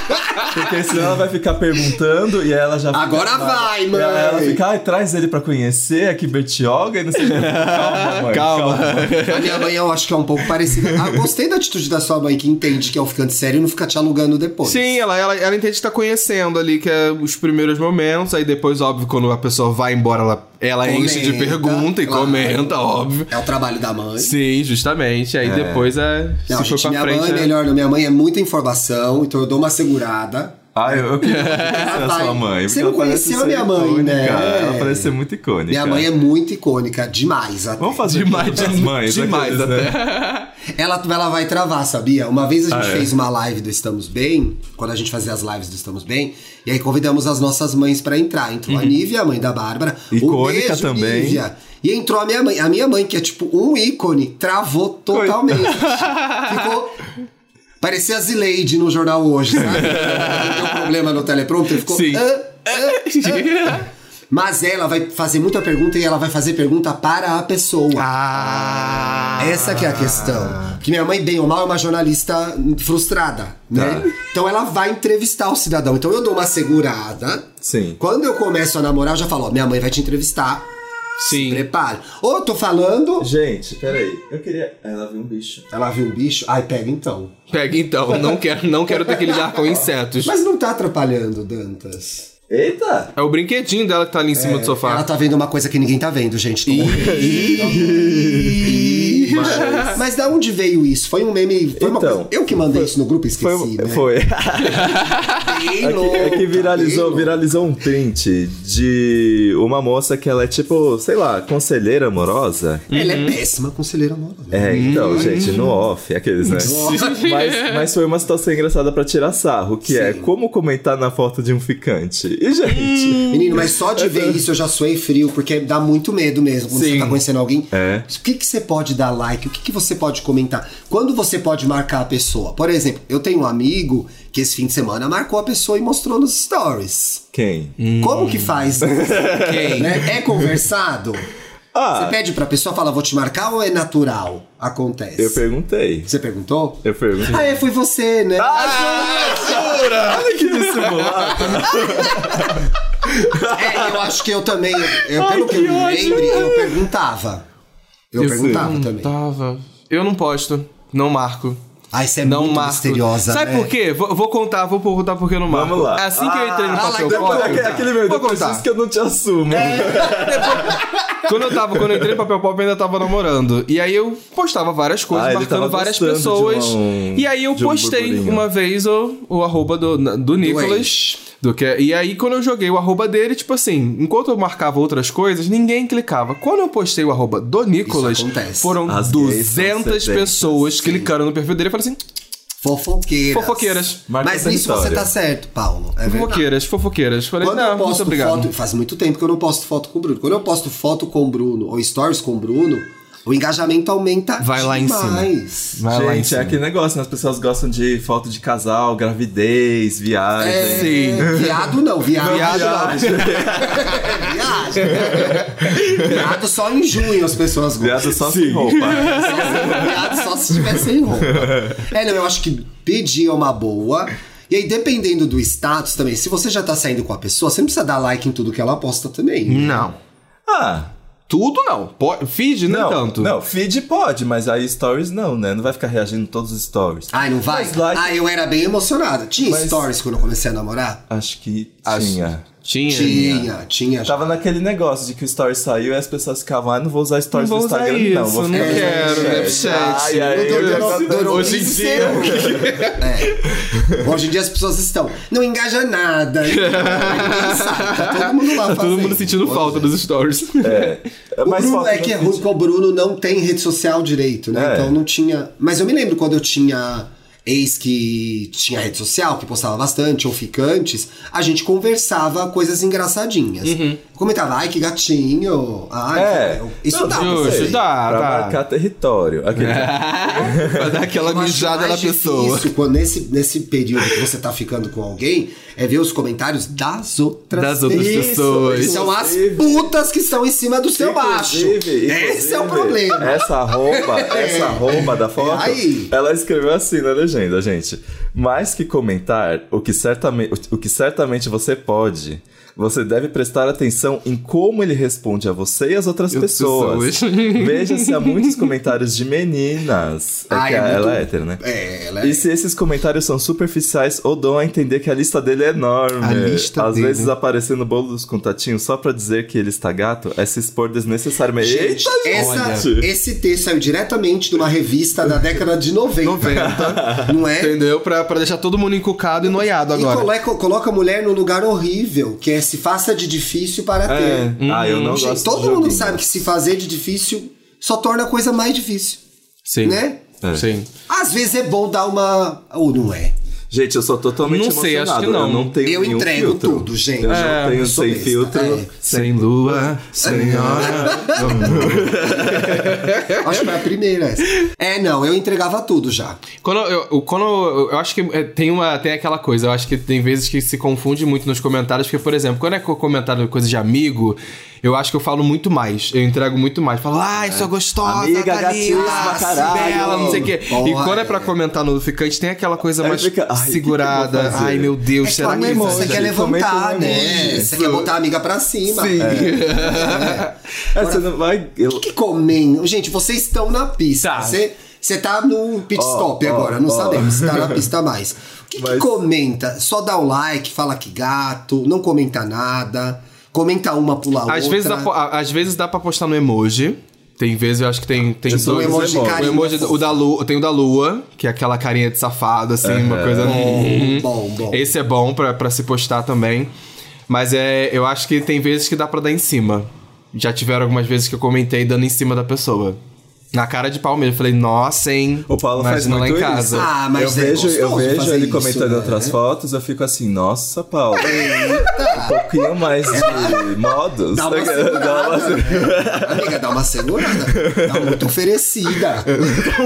S1: Porque senão ela vai ficar perguntando e aí ela já. fica-
S2: Agora vai,
S1: E ela- Ela
S2: mãe.
S1: fica, ai, traz ele pra conhecer aqui Bertioga e não sei o que. Calma, mãe.
S3: Calma.
S2: A minha mãe, eu acho que é um pouco parecida. Ah, gostei da atitude da sua mãe, que entende que é um ficante sério e não fica te alugando depois.
S3: Sim, ela, ela, ela entende que tá conhecendo ali, que é os primeiros momentos. Aí depois, óbvio, quando a pessoa vai embora, ela, ela enche de
S2: Comenta,
S3: pergunta e
S2: claro.
S3: comenta, óbvio.
S2: É o trabalho da mãe.
S3: Sim, justamente. Aí depois é.
S2: Não,
S3: se for
S2: gente,
S3: pra
S2: minha
S3: frente.
S2: mãe é
S3: né?
S2: melhor, não. Minha mãe é muita informação, então eu dou uma segurada.
S1: Ai, Ah, eu, eu queria conhecer a
S2: Vai.
S1: sua mãe. porque
S2: Você não
S1: ela parece
S2: conheceu a
S1: ser
S2: minha mãe,
S1: icônica.
S2: né?
S1: Ela parece ser muito icônica.
S2: Minha mãe é muito icônica, demais até.
S1: Vamos fazer
S3: Demais,
S1: todas as mães.
S3: demais
S1: aqueles, né?
S3: até.
S2: Ela, ela vai travar, sabia? Uma vez a gente
S1: Ah, é?
S2: fez uma live do Estamos Bem, quando a gente fazia as lives do Estamos Bem, e aí convidamos as nossas mães pra entrar. Entrou a Nívia, a mãe da Bárbara. Um
S1: Uhum. Icônica
S2: beijo,
S1: também.
S2: Nívia. E entrou a minha mãe. A minha mãe, que é tipo um ícone, travou totalmente. Ficou. Parecia a Zileide no jornal hoje, sabe? Deu problema no teleprompter, ficou.
S3: Sim.
S2: "Ah, ah". Mas ela vai fazer muita pergunta e ela vai fazer pergunta para a pessoa.
S3: Ah!
S2: Essa que é a questão. Que minha mãe, bem ou mal, é uma jornalista frustrada,
S1: Tá.
S2: né? Então ela vai entrevistar o cidadão. Então eu dou uma segurada.
S1: Sim.
S2: Quando eu começo a namorar, eu já falo, ó, minha mãe vai te entrevistar,
S3: Sim.
S2: prepare. Ou eu tô falando,
S1: Gente, peraí. Eu queria. Ela viu um bicho.
S2: ela viu um bicho, ai, pega então.
S3: Pega então, não quero, não quero ter que lidar com insetos.
S2: Mas não tá atrapalhando, Dantas.
S1: Eita!
S3: É o brinquedinho dela que tá ali em cima do
S2: Ela
S3: sofá.
S2: tá vendo uma coisa que ninguém tá vendo, gente. Tô morrendo. Mas... Mas da onde veio isso? Foi um meme. Foi uma
S1: Então,
S2: coisa- Eu que mandei isso no grupo, esqueci. né? tá
S1: foi.
S2: Bem
S1: É que, é
S2: louca,
S1: que
S2: bem
S1: viralizou,
S2: louca.
S1: viralizou um print de uma moça que ela é tipo, sei lá, conselheira amorosa.
S2: Ela é péssima conselheira né? amorosa.
S1: É, então, gente, no off, aqueles, né? Mas, mas foi uma situação engraçada pra tirar sarro, que é como comentar na foto de um ficante. E, gente,
S2: Menino, mas só de ver isso eu já suei frio, porque dá muito medo mesmo quando você
S3: Sim.
S2: tá conhecendo alguém.
S1: É.
S2: O que, que você pode dar like? O que, que você pode comentar? Quando você pode marcar a pessoa? Por exemplo, eu tenho um amigo que esse fim de semana marcou a pessoa e mostrou nos stories.
S1: quem?
S2: Como que faz?
S3: Quem?
S2: Né? É conversado?
S1: Ah,
S2: Você pede pra pessoa, fala, vou te marcar ou é natural? Acontece.
S1: eu perguntei.
S2: Você perguntou?
S1: Eu perguntei. Ah,
S2: Ah, é, foi você, né?
S1: jura? Olha que dissimulado.
S2: É, eu acho que eu também. eu- pelo que, eu me lembro, eu perguntava. Eu,
S1: Eu
S2: perguntava também.
S3: Hum, tá. Tava. Eu não posto, não marco.
S2: Ai, você é
S3: Não
S2: muito
S3: marco.
S2: misteriosa.
S3: Sabe
S2: né?
S3: por quê? Vou, vou contar, vou contar porque eu não marco.
S1: Vamos lá.
S3: Assim que eu entrei no
S2: Ah,
S3: papel
S2: lá,
S3: pop.
S2: depois-
S1: Aquele, aquele meu,
S3: vou
S1: depois
S3: contar. É.
S1: disso que eu não te assumo.
S3: Quando eu tava, quando eu entrei no papel pop, eu ainda tava namorando. E aí eu postava várias coisas,
S1: Ah, ele
S3: marcando
S1: tava
S3: várias
S1: gostando de uma-
S3: pessoas.
S1: um-
S3: e aí eu
S1: de um
S3: postei
S1: burburinho.
S3: uma vez o, o arroba do, do Nicolas.
S2: ex.
S3: Do que, é, e aí, quando eu joguei o arroba dele, tipo assim, enquanto eu marcava outras coisas, ninguém clicava. Quando eu postei o arroba do Nicolas,
S2: acontece.
S1: As
S3: foram
S1: gays são
S3: 200
S1: sedentas,
S3: pessoas clicaram no perfil dele e falaram assim:
S2: Fofoqueiras.
S3: Fofoqueiras.
S1: Marca
S2: Mas
S1: essa
S2: nisso você
S1: vitória.
S2: tá certo, Paulo. É verdade.
S3: fofoqueiras, fofoqueiras. Falei,
S2: Quando eu
S3: não, muito
S2: posto
S3: obrigado.
S2: foto, faz muito tempo que eu não posto foto com o Bruno. Quando eu posto foto com o Bruno ou stories com o Bruno, o engajamento aumenta
S3: Vai lá em cima.
S2: demais.
S3: Vai lá em
S1: Gente, é
S3: cima.
S1: aquele negócio, né? As pessoas gostam de foto de casal, gravidez, viagem.
S2: É,
S3: Sim.
S2: Viado não, viado,
S3: Viado
S2: não. É Viagem. Viado só em junho as pessoas gostam.
S1: Viado só sem roupa.
S2: Viado só se estiver sem roupa. É, não, eu acho que pedir é uma boa. E aí, dependendo do status também, se você já tá saindo com a pessoa, você não precisa dar like em tudo que ela posta também.
S3: Não.
S1: Ah,
S3: Tudo não. Po- Feed, nem
S1: não.
S3: tanto.
S1: Não, feed pode, mas aí stories não, né? Não vai ficar reagindo todos os stories.
S2: Ai, não vai?
S1: Mas like-
S2: Ah, eu era bem emocionada. Tinha
S1: Mas-
S2: stories quando eu comecei a namorar?
S1: Acho que
S3: Acho-
S1: tinha.
S3: Tinha.
S2: Tinha, tinha.
S1: Tava naquele negócio de que o story saiu e as pessoas ficavam, ah, não vou usar stories
S3: Não
S1: no
S3: vou usar
S1: Instagram, não. Vou
S3: isso,
S1: ficar
S3: não
S1: usando
S3: quero,
S1: Snapchat."
S3: Snapchat.
S1: Ai, ai,
S3: Não
S1: eu um
S3: durou-
S1: já
S3: não
S1: tava-
S3: durou
S1: hoje em
S3: quinze
S1: dia.
S2: É. Hoje em dia as pessoas estão. Não engaja nada. Tá todo mundo lá
S3: Tá todo mundo
S2: fazendo.
S3: sentindo falta dos stories.
S1: É.
S2: O
S1: Mas
S2: Bruno
S1: foto
S2: é
S1: no
S2: que é
S1: feed.
S2: ruim porque o Bruno não tem rede social direito, né?
S1: É.
S2: Então não tinha. Mas eu me lembro quando eu tinha ex que tinha rede social, que postava bastante, ou ficantes, a gente conversava coisas engraçadinhas.
S3: Uhum.
S2: Comentava, ai, que gatinho. Ai,
S1: É.
S2: eu- isso
S1: Não,
S2: dá pra
S3: justo,
S2: você.
S1: Sei,
S3: dá,
S1: pra
S3: dá.
S1: marcar território. Aquele-
S3: É, pra dar aquela
S2: Eu acho
S3: mijada na
S2: mais
S3: pessoa.
S2: difícil, quando nesse, nesse período que você tá ficando com alguém, é ver os comentários das outras
S3: Das outras pessoas.
S1: é
S2: Que são as
S1: Inclusive.
S2: putas que estão em cima do seu baixo.
S1: Inclusive,
S2: Esse é o
S1: inclusive,
S2: problema. É.
S1: Essa roupa, essa roupa da foto,
S2: Aí.
S1: ela escreveu assim na legenda, gente. Mais que comentar o que, certamente, o que certamente você pode, você deve prestar atenção em como ele responde a você e as outras
S3: E outras
S1: pessoas.
S3: pessoas.
S1: Veja se há muitos comentários de meninas. É
S2: Ai,
S1: que
S2: é muito-
S1: ela é hétero, né?
S2: É, ela é
S1: E se esses comentários são superficiais ou dão a entender que a lista dele é enorme?
S3: A lista
S1: Às
S3: dele.
S1: vezes aparecer no bolo dos contatinhos só pra dizer que ele está gato é se expor desnecessariamente.
S2: Gente, essa-
S1: gente!
S2: esse texto saiu diretamente de uma revista da década de 90.
S3: 90.
S2: Não é?
S3: Entendeu? Pra, pra deixar todo mundo encucado e
S2: E
S3: noiado agora.
S2: coloca, coloca a mulher num lugar horrível, que é se faça de difícil para
S1: É.
S2: ter.
S1: Ah, eu não
S2: Gente,
S1: gosto
S2: todo
S1: de
S2: mundo
S1: joguinho.
S2: sabe que se fazer de difícil só torna a coisa mais difícil,
S3: Sim.
S2: né?
S1: É.
S3: Sim.
S2: Às vezes é bom dar uma. Ou não é.
S1: Gente, eu sou totalmente
S3: Não sei, acho
S1: emocionado.
S3: que não.
S1: Eu não tenho
S2: Eu
S1: nenhum
S2: entrego
S1: filtro.
S2: tudo, gente.
S1: Eu
S2: É,
S1: não
S2: eu
S1: tenho
S2: sou
S1: sem
S2: besta.
S1: filtro.
S2: É.
S3: Sem lua, senhora.
S1: É.
S2: Acho que foi a primeira essa. É, não, eu entregava tudo já.
S3: Quando eu, eu- quando eu, eu acho que é, tem uma tem aquela coisa, eu acho que tem vezes que se confunde muito nos comentários, porque por exemplo, quando é co- comentário coisa de amigo, eu acho que eu falo muito mais, eu entrego muito mais, falo, ai, sou gostosa, tá
S1: Amiga,
S3: Dalila,
S1: gatíssima, caralho."
S3: bela, não sei o quê. E
S2: Olha.
S3: quando é pra comentar no ficante, tem aquela coisa
S1: Aí
S3: mais
S1: fica, "Ai, que que eu vou
S3: segurada,
S1: fazer?"
S3: ai meu Deus,
S2: É
S3: será
S2: claro,
S3: que
S2: irmão,
S1: isso
S2: você
S1: aí
S2: quer
S1: já
S2: levantar,
S1: né? comenta um
S2: né?
S1: emoji.
S2: Você quer botar a amiga pra cima.
S3: Sim.
S1: É, você não vai. eu-
S2: que comem? Gente, vocês estão na pista.
S3: Tá.
S2: Você, você tá no pit stop
S1: ó,
S2: agora, não
S1: ó.
S2: sabemos se tá na pista mais. O que, que
S1: Mas-
S2: comenta? Só dá o like, fala que gato, não comenta nada, comenta uma, pula outra.
S3: Às vezes, dá, po- a- às vezes dá pra postar no emoji. Tem vezes, eu acho que tem, tem
S1: Eu sou
S3: dois.
S1: um emoji
S3: o
S2: Tipo, carinha,
S3: emoji, o da lua, tem o da lua, que é aquela carinha de safado, assim, uma coisa. Uhum.
S2: bom, bom.
S3: Esse é bom pra, pra se postar também. Mas é, eu acho que tem vezes que dá pra dar em cima. Já tiveram algumas vezes que eu comentei dando em cima da pessoa. Na cara de pau mesmo. Eu falei, nossa, hein?
S1: O Paulo
S3: Imagina
S1: faz
S3: lá
S1: muito
S3: em casa.
S1: isso.
S2: Ah, mas
S1: eu
S2: é
S1: vejo, eu
S2: gostoso
S1: vejo
S2: fazer
S1: ele
S2: isso,
S1: comentando
S2: né?
S1: outras fotos, eu fico assim, nossa, Paulo, um
S2: Eita! É.
S1: pouquinho mais de modos. tá
S2: Dá uma
S1: Dá uma
S2: segurada, né? Amiga, dá uma segurada. Tá muito oferecida.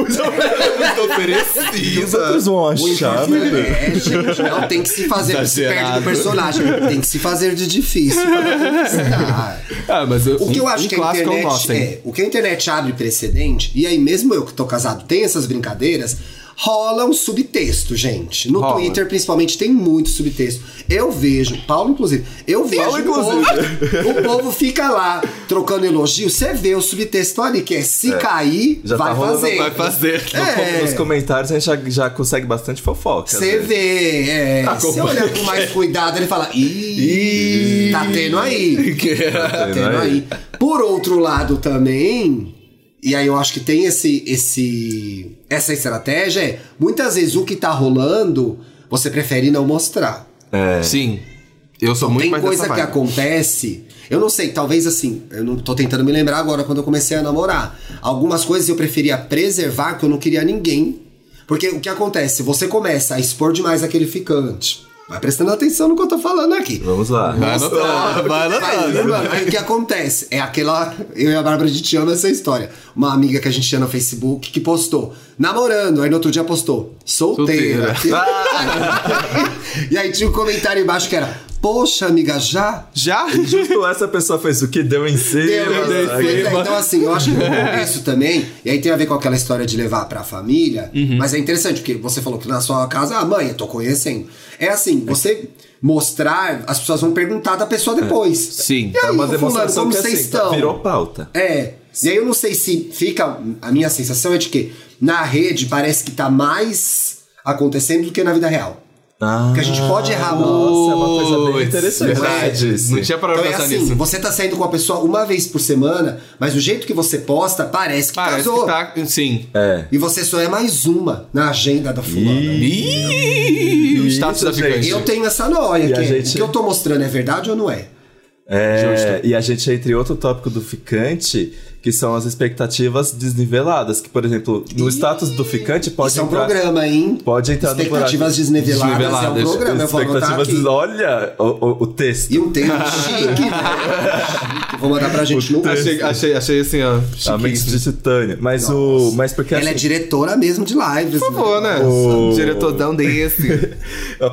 S3: Muito
S1: Os
S3: oferecida.
S1: outros vão achar, né? meu Deus.
S2: É, gente, não tem que se fazer, se perde
S3: Exagerado.
S2: do personagem. Tem que se fazer de difícil pra conquistar.
S3: Ah, mas
S2: O que eu acho
S3: um
S2: que a
S3: clássico
S2: internet
S3: é o nosso, hein?
S2: é, o que a internet abre precedente, e aí mesmo eu que tô casado tem essas brincadeiras, rola um subtexto, gente. No
S3: Rola.
S2: Twitter principalmente tem muito subtexto. Eu vejo, Paulo inclusive, eu vejo
S1: Paulo,
S2: o povo, o povo fica lá trocando elogios, você vê o subtexto ali que é se cair,
S1: Já
S2: vai
S1: tá rolando,
S2: fazer.
S3: Vai fazer.
S2: É.
S1: Nos comentários a gente já, já consegue bastante fofoca.
S2: Você
S1: né?
S2: vê, é,
S3: Tá
S2: se
S3: com-
S2: olhar com mais cuidado, ele fala, ih, tá tendo aí. Tá
S1: Tá
S3: Né?
S2: tendo
S1: vendo
S2: aí. Por outro lado também, e aí eu acho que tem esse, esse essa estratégia é, muitas vezes o que tá rolando, você prefere não mostrar.
S1: É.
S3: Sim. Eu sou muito
S2: tem
S3: mais
S2: coisa
S3: dessa
S2: que
S3: vibe.
S2: acontece, eu não sei, talvez assim, eu não tô tentando me lembrar agora quando eu comecei a namorar. Algumas coisas eu preferia preservar que eu não queria ninguém. Porque o que acontece? Você começa a expor demais aquele ficante. Vai prestando atenção no que eu tô falando aqui.
S1: Vamos lá.
S2: Uhum.
S3: Vai anotando, vai
S2: Aí,
S3: anotando.
S2: mano, aí o que acontece? É aquela. Eu e a Bárbara de Tiana essa história. Uma amiga que a gente tinha no Facebook que postou namorando, aí no outro dia postou solteira. e aí tinha um comentário embaixo que era: Poxa, amiga, já?
S3: Já?
S1: Justo essa pessoa fez o que deu em cima.
S2: Deu, deu,
S1: né?
S2: deu. Então, assim, eu acho que isso também. E aí tem a ver com aquela história de levar pra família.
S3: Uhum.
S2: Mas é interessante, porque você falou que na sua casa, ah, mãe, eu tô conhecendo. É assim, você mostrar, as pessoas vão perguntar da pessoa depois.
S3: Sim,
S2: E aí,
S1: É uma
S2: ô, fulano,
S1: demonstração
S2: como
S1: que
S2: vocês
S1: assim,
S2: estão?
S1: virou pauta.
S2: É. E aí eu não sei se fica. A minha sensação é de que na rede parece que tá mais acontecendo do que na vida real.
S1: Ah,
S2: Porque a gente pode errar
S1: Nossa, é uma coisa bem
S3: Putz,
S1: interessante.
S3: Verdade.
S1: Sim.
S3: Não tinha parado
S2: Então é
S3: pra pensar
S2: assim,
S3: nisso.
S2: você tá saindo com a pessoa uma vez por semana, mas o jeito que você posta parece que
S3: Parece
S2: casou.
S3: que tá. Sim.
S1: É.
S2: E você só é mais uma na agenda da fulana.
S3: Ih, o
S1: Isso,
S3: status da
S1: gente.
S3: picante.
S2: Eu tenho essa noia,
S1: E
S2: que
S1: a
S2: é,
S1: gente-
S2: o que eu tô mostrando é verdade ou não é?
S1: É, e a gente entra em outro tópico do ficante, que são as expectativas desniveladas. Que, por exemplo, no status do ficante pode
S2: Isso é um
S1: entrar.
S2: programa, hein?
S1: Pode entrar no buraco.
S2: Expectativas desniveladas, é um
S3: Desniveladas.
S2: programa, eu vou anotar
S1: Expectativas.
S2: aqui.
S1: Olha o, o- o texto.
S2: E um texto chique, né? Chique. Vou mandar pra gente no
S3: Achei, achei, achei assim,
S2: Tá
S3: ó.
S1: A mente
S3: chiquíssimo.
S1: de titânio. Mas o. Mas porque
S2: Ela é
S1: assim,
S2: diretora mesmo de lives.
S3: Por favor, né?
S1: O-
S3: O diretordão desse.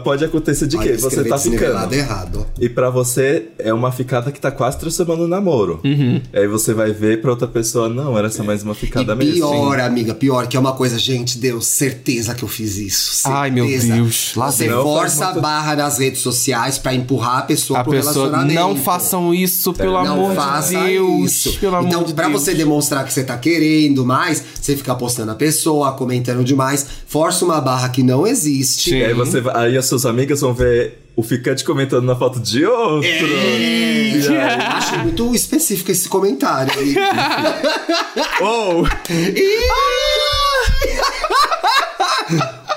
S1: pode acontecer de
S2: Olha,
S1: quê?
S2: eu
S1: Você
S2: escrevi
S1: tá
S2: desnivelado
S1: ficando.
S2: errado.
S1: E pra você é uma ficada que tá quase transformando em namoro.
S2: Uhum.
S1: Aí você vai ver pra outra pessoa, não, era só mais uma ficada
S2: e pior,
S1: mesmo.
S2: amiga, pior, que é uma coisa, gente, Deus, certeza que eu fiz isso. certeza.
S3: Ai, meu Deus, lá
S2: Você
S1: vem. Não
S2: força
S1: faz
S2: a
S1: muito-
S2: barra nas redes sociais pra empurrar a pessoa
S3: A
S2: pro
S3: pessoa,
S2: relacionamento.
S3: não façam isso, pelo
S2: Tá. Não
S3: amor de
S2: faça
S3: Deus.
S2: isso.
S3: Pelo
S2: então,
S3: amor de
S2: pra
S3: Deus.
S2: você demonstrar que você tá querendo mais, você fica postando a pessoa, comentando demais, força uma barra que não existe.
S1: E aí você vai- aí as suas amigas vão ver o ficante comentando na foto de outro.
S2: Gente, eu Acho muito específico esse comentário.
S1: Ou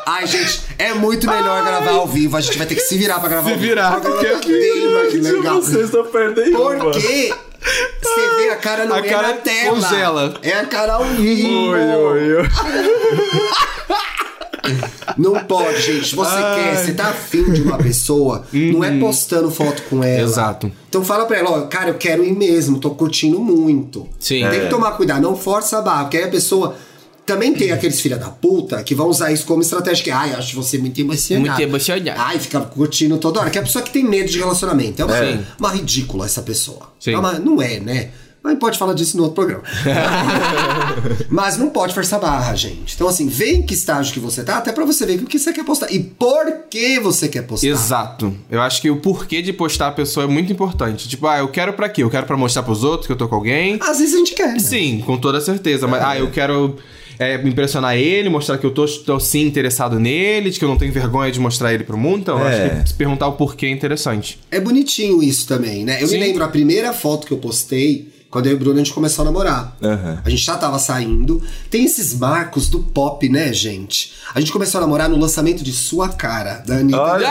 S2: Ai, gente, é muito melhor gravar ao vivo. A gente vai ter que se virar pra gravar
S3: Se
S2: ao vivo.
S3: virar,
S2: Agora
S3: porque
S2: tá
S3: aqui- tipo assim,
S2: bem mais
S1: que de
S2: legal.
S1: vocês não perdem uma.
S2: Porque você vê a cara não
S3: A
S2: é
S3: cara
S2: na tela.
S3: congela.
S2: É a cara ao vivo.
S1: Oi, oi, oi.
S2: Não pode, gente. Você quer, você tá afim de uma pessoa, não é postando foto com ela.
S3: Uhum. Exato.
S2: Então fala pra ela, ó, cara, eu quero ir mesmo, tô curtindo muito.
S3: Sim.
S2: Tem
S3: É.
S2: que tomar cuidado, não força a barra, porque aí a pessoa. Também tem aqueles filha da puta que vão usar isso como estratégia. Que, ai, acho você muito emocionado. Ah,
S3: Muito emocionado.
S2: Ai, fica curtindo toda hora. Que é a pessoa que tem medo de relacionamento. É uma,
S3: Sim.
S2: uma ridícula essa pessoa.
S3: Sim.
S2: É uma- não é, né? Mas pode falar disso no outro programa. Mas não pode forçar a barra, gente. Então, assim, vê em que estágio que você tá, até pra você ver o que você quer postar. E por que você quer postar.
S3: Exato. Eu acho que o porquê de postar a pessoa é muito importante. Tipo, ah, eu quero pra quê? Eu quero pra mostrar pros outros que eu tô com alguém.
S2: Às vezes a gente quer. né?
S3: Sim, com toda certeza. Mas, ah, eu quero é, impressionar ele, mostrar que eu tô, tô, sim interessado nele, de que eu não tenho vergonha de mostrar ele pro mundo. Então, eu
S1: É.
S3: acho que se perguntar o porquê é interessante.
S2: É bonitinho isso também, né? Eu
S3: Sim.
S2: me lembro a primeira foto que eu postei quando eu e o Bruno a gente começou a namorar.
S1: Aham.
S2: A gente já tava saindo. Tem esses marcos do pop, né, gente? A gente começou a namorar no lançamento de Sua Cara, da Anitta.
S1: Olha,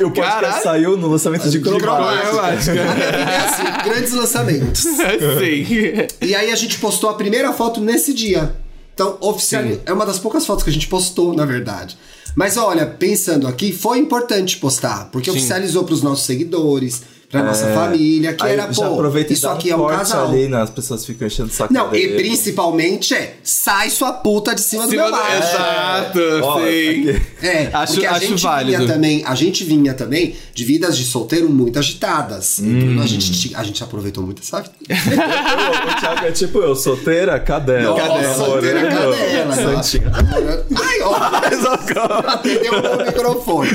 S1: e o podcast
S3: Caralho.
S1: saiu no lançamento de Grimório.
S2: Cromática.
S3: Cromática.
S2: A minha vida é assim, grandes lançamentos.
S3: sim.
S2: E aí a gente postou a primeira foto nesse dia. Então, oficial,
S3: Sim.
S2: é uma das poucas fotos que a gente postou, na verdade. Mas olha, pensando aqui, foi importante postar, porque
S3: Sim.
S2: oficializou pros nossos seguidores, pra nossa família, que
S1: Aí
S2: era,
S1: já
S2: pô,
S1: aproveita e
S2: isso
S1: dá
S2: aqui é
S1: um
S2: um
S1: corte
S2: casal.
S1: ali, né? As pessoas ficam enchendo o saco
S2: Não, e
S1: dele.
S2: principalmente é, sai sua puta de cima, do meu bar.
S3: Exato,
S1: Ó,
S3: sim.
S1: aqui. Então,
S2: É,
S3: Acho-
S2: porque a
S3: acho
S2: gente
S3: válido.
S2: vinha também, a gente vinha também de vidas de solteiro muito agitadas. Então, a, gente, ti- a gente aproveitou muito essa vida.
S1: Pô, o Thiago é tipo eu, solteira, cadela.
S2: Nossa,
S3: cadela,
S2: solteira
S1: Namorando,
S2: cadela.
S1: Santinho.
S2: Ai, ó, atendeu o microfone.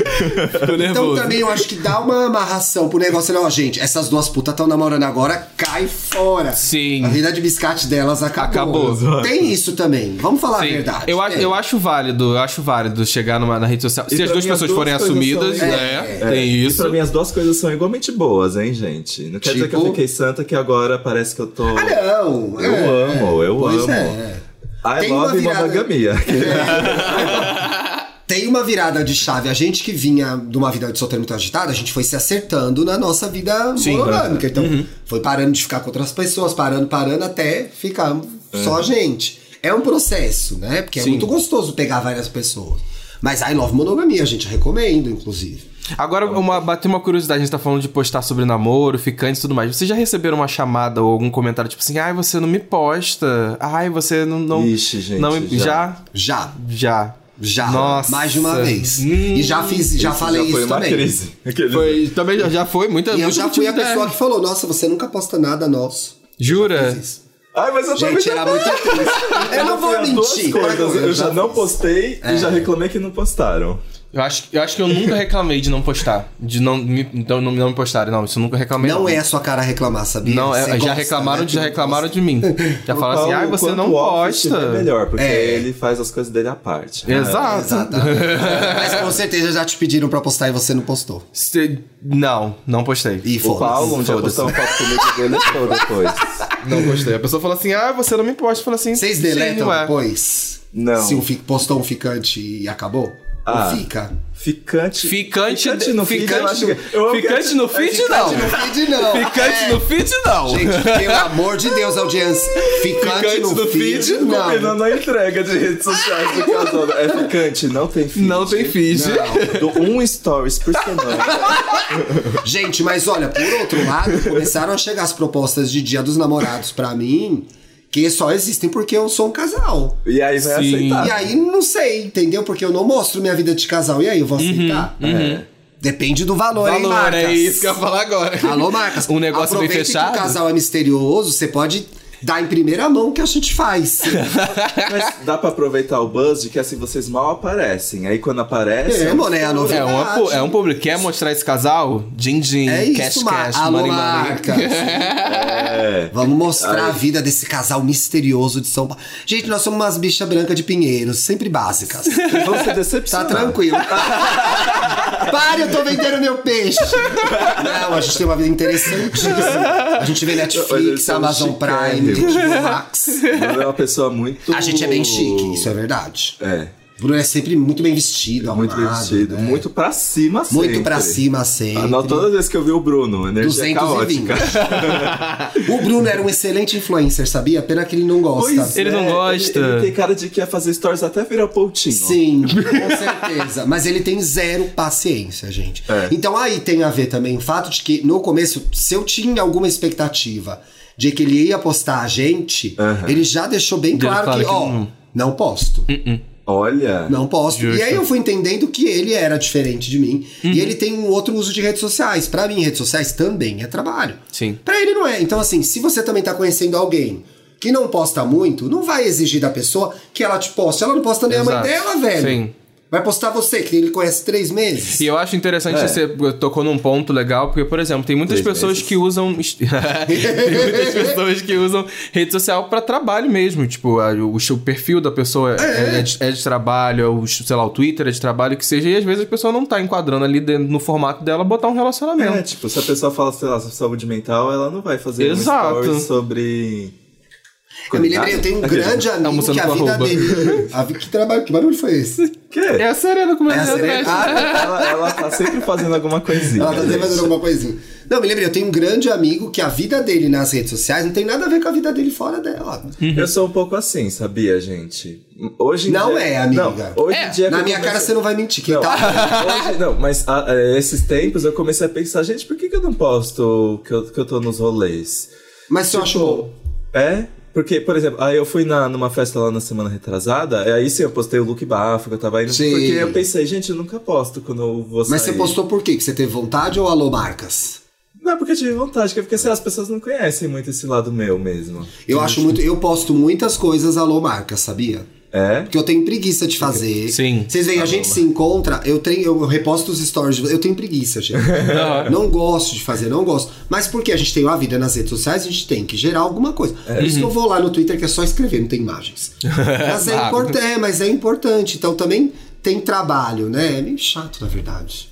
S1: tá
S3: Tô
S2: Então
S3: nervoso.
S2: também eu acho que dá uma amarração pro negócio. Não, gente, essas duas putas estão namorando agora, cai fora.
S3: Sim.
S2: A vida de biscate delas acabou.
S3: Acabou.
S2: Tem isso também. Vamos falar
S3: Sim.
S2: a verdade.
S3: Eu, acho,
S2: É.
S3: eu acho válido, eu acho válido chegar numa, na rede social. Se
S1: pra
S3: as duas
S1: mim, as
S3: pessoas
S1: Então, duas
S3: forem
S1: coisas
S3: assumidas,
S1: são-
S3: né?
S1: É,
S3: Tem
S1: E pra
S3: isso.
S1: mim as duas coisas são igualmente boas, hein, gente? Não quer dizer que eu
S2: Tipo?
S1: fiquei santa que agora parece que eu tô.
S2: Ah, não.
S1: Eu
S2: é.
S1: amo, eu
S2: Pois
S1: amo.
S2: É.
S1: I
S2: Tem uma
S1: love
S2: virada-
S1: monogamia.
S2: Tem uma virada de chave. A gente que vinha de uma vida de solteiro muito agitada, a gente foi se acertando na nossa vida
S3: Sim,
S2: monogâmica. Então, foi parando de ficar com outras pessoas, parando, parando, até ficar só a gente. É um processo, né? Porque
S3: Sim.
S2: é muito gostoso pegar várias pessoas. Mas I Love Monogamia, a gente recomendo, inclusive. Tá
S3: Agora, uma, bateu uma curiosidade, a gente tá falando de postar sobre namoro, ficantes e tudo mais. Vocês já receberam uma chamada ou algum comentário, tipo assim, ai, você não me posta, ai, você não... não
S1: Ixi, gente,
S3: não me- já.
S2: Já.
S3: já?
S2: Já.
S3: Nossa.
S2: Mais de uma vez.
S3: Hum.
S2: e já fiz, já
S1: Isso
S2: falei
S1: já foi
S2: isso
S1: uma
S2: também.
S1: crise. Aquele-
S3: Foi, também já- já foi, muita
S2: E eu
S3: muito
S2: já fui a
S3: motivo, né?
S2: pessoa que falou: Nossa, você nunca posta nada nosso.
S3: Jura?
S2: Fiz isso.
S1: Ai, mas eu também
S2: Gente,
S1: já-
S2: era muito triste. Eu não vou
S1: Foi as duas
S2: mentir.
S1: coisas. Eu já não
S2: posso.
S1: postei e
S3: É.
S1: já reclamei que não postaram.
S3: Eu acho, eu acho que eu nunca reclamei de não postar. De não me, então, não, não me postarem. Não, isso eu nunca reclamei.
S2: Não é a sua cara reclamar, sabia?
S3: Não, é-
S2: Você
S3: já
S2: gosta,
S3: reclamaram,
S2: né?
S3: de- já reclamaram de mim. Já falaram assim,
S1: Qual-
S3: ai, você
S1: quanto
S3: não
S1: office É
S3: posta. É.
S1: melhor, porque
S2: É.
S1: ele faz as coisas dele à parte.
S3: Exato.
S2: Exatamente. Mas com certeza já te pediram pra postar e você não postou.
S3: Se- Não, não postei.
S2: E
S1: O Paulo,
S2: foda-se.
S1: um dia
S3: Foda-se.
S1: postou uma foto comigo dele e depois.
S3: Não postei. A pessoa fala assim, ah, você não me posta. Fala assim,
S2: Vocês né, então,
S3: "Sim,
S2: deletam
S3: ué."
S2: depois?
S1: Não.
S2: Se um fi- postou um ficante e acabou?
S1: Ah.
S2: Não fica.
S1: Ficante.
S3: Ficante,
S1: Ficante no feed, eu acho
S3: ficante,
S1: que- eu
S3: no,
S1: amo que- é
S3: ficante no feed, não.
S2: Ficante no feed, não.
S3: Ficante
S2: É.
S3: no feed, não.
S2: Gente, pelo amor de Deus, audiência. Ficante,
S3: Ficante
S2: no,
S3: no
S2: feed,
S3: feed,
S2: não.
S1: Combinando a é entrega de redes sociais do casal. É ficante, não tem feed.
S3: Não tem feed.
S1: Do um stories por semana.
S2: Gente, mas olha, por outro lado, começaram a chegar as propostas de Dia dos Namorados pra mim, que só existem porque eu sou um casal.
S1: E aí vai
S3: Sim.
S1: aceitar.
S2: E aí não sei, entendeu? Porque eu não mostro minha vida de casal. E aí, eu vou aceitar? É. Depende do valor, hein,
S3: Uhum, Valor,
S2: marcas.
S3: é isso que eu ia falar agora.
S2: Alô, Marcas.
S3: Um negócio bem
S2: Aproveita
S3: fechado.
S2: Que o casal é misterioso, você pode dar em primeira mão o que a gente faz.
S3: É,
S1: Mas dá pra aproveitar o buzz de que assim vocês mal aparecem. Aí quando aparecem.
S2: É, mano, é a novidade.
S3: É, um apo- é um público. Quer mostrar esse casal? Din din,
S2: É
S3: cash
S2: isso, Mar-
S3: cash,
S2: Alô,
S3: money money.
S2: Marcas.
S1: É.
S2: Vamos mostrar a vida desse casal misterioso de São Paulo. Gente, nós somos umas bichas brancas de Pinheiros, sempre básicas.
S1: E vão se
S2: Tá
S1: decepcionar.
S2: tranquilo. Pare, eu tô vendendo meu peixe. Não, a gente tem uma vida interessantíssima. A gente vê
S1: Olha, eles
S2: Netflix,
S1: são
S2: Amazon Prime,
S1: chiquérrimos.
S2: HBO Max.
S1: Ela é uma pessoa muito.
S2: A gente é bem chique, isso é verdade.
S1: É.
S2: Bruno é sempre muito bem vestido,
S1: Muito
S2: arrumado,
S1: vestido,
S2: né?
S1: muito pra cima sempre.
S2: Muito pra cima sempre.
S1: Anota todas as vezes que eu vi o Bruno, energia
S2: 220.
S1: caótica.
S2: O Bruno era um excelente influencer, sabia? Pena que ele não gosta.
S1: Pois
S3: Ele
S1: é,
S3: não gosta.
S1: Ele, ele tem cara de que ia fazer stories até virar pontinho.
S2: Sim, com certeza. Mas ele tem zero paciência, gente.
S1: É.
S2: Então aí tem a ver também o fato de que no começo, se eu tinha alguma expectativa de que ele ia postar a gente,
S1: Aham.
S2: ele já deixou bem
S3: Deu
S2: claro
S3: claro
S2: que,
S3: que
S2: ó,
S3: não.
S2: não posto.
S1: Olha.
S2: Não posto.
S3: Justo. Uhum.
S2: E aí eu fui entendendo que ele era diferente de mim. E ele tem um outro uso de redes sociais. Pra mim, redes sociais também é trabalho.
S3: Sim.
S2: Pra ele não é. Então, assim, se você também tá conhecendo alguém que não posta muito, não vai exigir da pessoa que ela te poste. Ela não posta nem a mãe
S3: Exato.
S2: dela, velho.
S3: Sim.
S2: Vai postar você, que ele conhece três meses.
S3: E eu acho interessante
S1: É.
S3: você eh, tocou num ponto legal, porque, por exemplo, tem muitas
S1: Três
S3: pessoas
S1: meses.
S3: que usam. tem muitas pessoas que usam rede social pra trabalho mesmo. Tipo, a- o, o perfil da pessoa é, é de, é de trabalho, o, sei lá, o Twitter é de trabalho, que seja, e às vezes a pessoa não tá enquadrando ali dentro, no formato dela botar um relacionamento.
S1: É, tipo, se a pessoa fala, sei lá, sobre saúde mental, ela não vai fazer
S3: Exato.
S1: um story sobre.
S2: Eu me lembrei, eu tenho um
S1: Aquele-
S2: grande amigo
S3: Tá almoçando
S2: que a
S3: com
S2: vida
S3: arroba.
S2: dele. A vi- que, trabalho, que barulho foi esse?
S1: Quê?
S3: É, a Serena
S2: É a
S3: começando
S2: Serena?
S3: atrás.
S1: Ah, ela, ela tá sempre fazendo alguma coisinha. né?
S2: Ela tá sempre
S1: gente.
S2: fazendo alguma coisinha. Não, me lembrei, eu tenho um grande amigo que a vida dele nas redes sociais não tem nada a ver com a vida dele fora dela.
S1: Eu sou um pouco assim, sabia, gente? Hoje em
S2: Não
S1: dia-
S2: é, amiga.
S1: Não, hoje
S3: É,
S1: em dia que
S2: Na
S1: eu
S2: minha cara
S1: comecei-
S2: você não vai mentir. Quem
S1: Não,
S2: tá
S1: hoje- não, mas ah, eh, esses tempos eu comecei a pensar, gente, por que, que eu não posto que eu, que eu tô nos rolês?
S2: Mas
S1: Tipo,
S2: você acha bom?
S1: É? Porque, por exemplo, aí eu fui na, numa festa lá na semana retrasada, e aí sim eu postei o look bafo que eu tava indo.
S2: Sim.
S1: Porque eu pensei, gente, eu nunca posto quando eu vou sair.
S2: Mas você postou por quê? Que você teve vontade ou alô marcas?
S1: Não, é porque eu tive vontade, que é porque sei lá, as pessoas não conhecem muito esse lado meu mesmo.
S2: Eu acho muito, eu posto muitas coisas alô marcas, sabia?
S1: É?
S2: Porque eu tenho preguiça de fazer.
S3: Sim. Tá
S2: Vocês veem, a gente se encontra, eu tenho, eu reposto os stories, de vo- eu tenho preguiça, gente.
S3: Aham.
S2: não gosto de fazer, não gosto. Mas porque a gente tem uma vida nas redes sociais, a gente tem que gerar alguma coisa.
S3: É.
S2: Por isso que
S3: Uhum.
S2: eu vou lá no Twitter que é só escrever, não tem imagens. Mas é,
S3: Rápido.
S2: import- é, mas é importante. Então também tem trabalho, né? É meio chato, na verdade.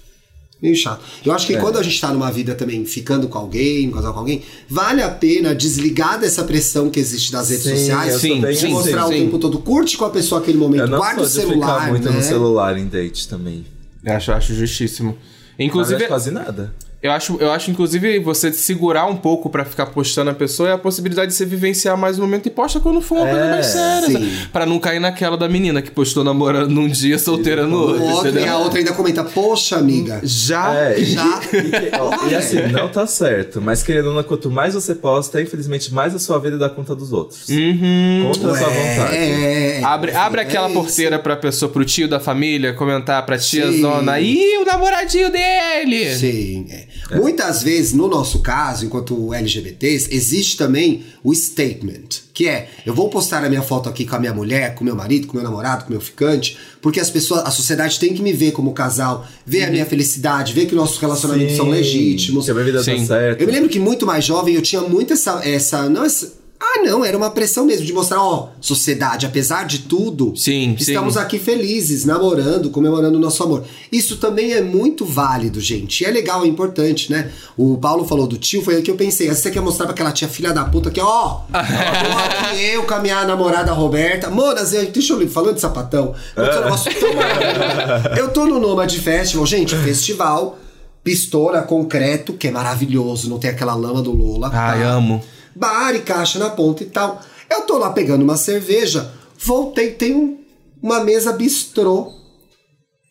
S2: Meio chato. Eu acho
S3: É.
S2: que quando a gente tá numa vida também ficando com alguém, casar com alguém, vale a pena desligar dessa pressão que existe das redes
S1: Sim,
S2: sociais.
S1: eu
S3: sou bem
S2: de
S3: assim,
S2: mostrar o
S3: sim.
S2: tempo todo. Curte com a pessoa aquele momento.
S1: Eu não
S2: Guarda o
S1: sou de
S2: celular.
S1: ficar muito
S2: né?
S1: no celular em date também.
S3: Acho, acho justíssimo.
S1: Inclusive,
S3: Inclusive,
S1: quase nada.
S3: Eu acho, eu acho, inclusive, você segurar um pouco pra ficar postando a pessoa é a possibilidade de você vivenciar mais um momento e posta quando for uma
S1: É,
S3: coisa mais séria.
S2: sim.
S3: sabe? Pra não cair naquela da menina que postou namorando num dia, solteira no
S2: O
S3: outro.
S2: outro, e
S3: entendeu?
S2: a outra ainda comenta, poxa, amiga.
S3: Ah, Já.
S1: É, e-
S2: Já.
S1: E, que- ó, e assim, não tá certo. Mas querendo ou não, quanto mais você posta, infelizmente, mais a sua vida dá conta dos outros.
S3: Uhum.
S1: Contra a sua vontade.
S2: É, é,
S3: Abre, abre aquela
S2: isso.
S3: porteira pra pessoa, pro tio da família, comentar pra tia
S2: Sim.
S3: zona. Ih, o namoradinho dele!
S2: Sim, é. Muitas vezes, no nosso caso, enquanto LGBTs, existe também o statement, que é: eu vou postar a minha foto aqui com a minha mulher, com meu marido, com meu namorado, com meu ficante, porque as pessoas, a sociedade tem que me ver como casal, ver a minha felicidade, ver que nossos relacionamentos
S1: Uhum. Sim,
S2: são legítimos.
S1: Que a minha vida
S3: Sim.
S1: tá certa.
S2: Eu me lembro que muito mais jovem eu tinha muito essa. essa não, essa ah, não, era uma pressão mesmo de mostrar, ó, sociedade, apesar de tudo,
S3: Sim, sim.
S2: estamos aqui felizes, namorando, comemorando o nosso amor. Isso também é muito válido, gente. É legal, é importante, né? O Paulo falou do tio, foi aí que eu pensei. "Ah, Você quer mostrar pra aquela tia filha da puta que, ó, tô aqui eu com a minha namorada Roberta. Monas, eu- deixa eu ler, falando de sapatão, aconteceu um negócio tão maravilhoso. eu tô no Nomad Festival, gente, festival. Pistola, concreto, que é maravilhoso, não tem aquela lama do Lola.
S3: Ai,
S2: tá?
S3: amo.
S2: bar e caixa na ponta e tal. Eu tô lá pegando uma cerveja, voltei, tem um- uma mesa bistrô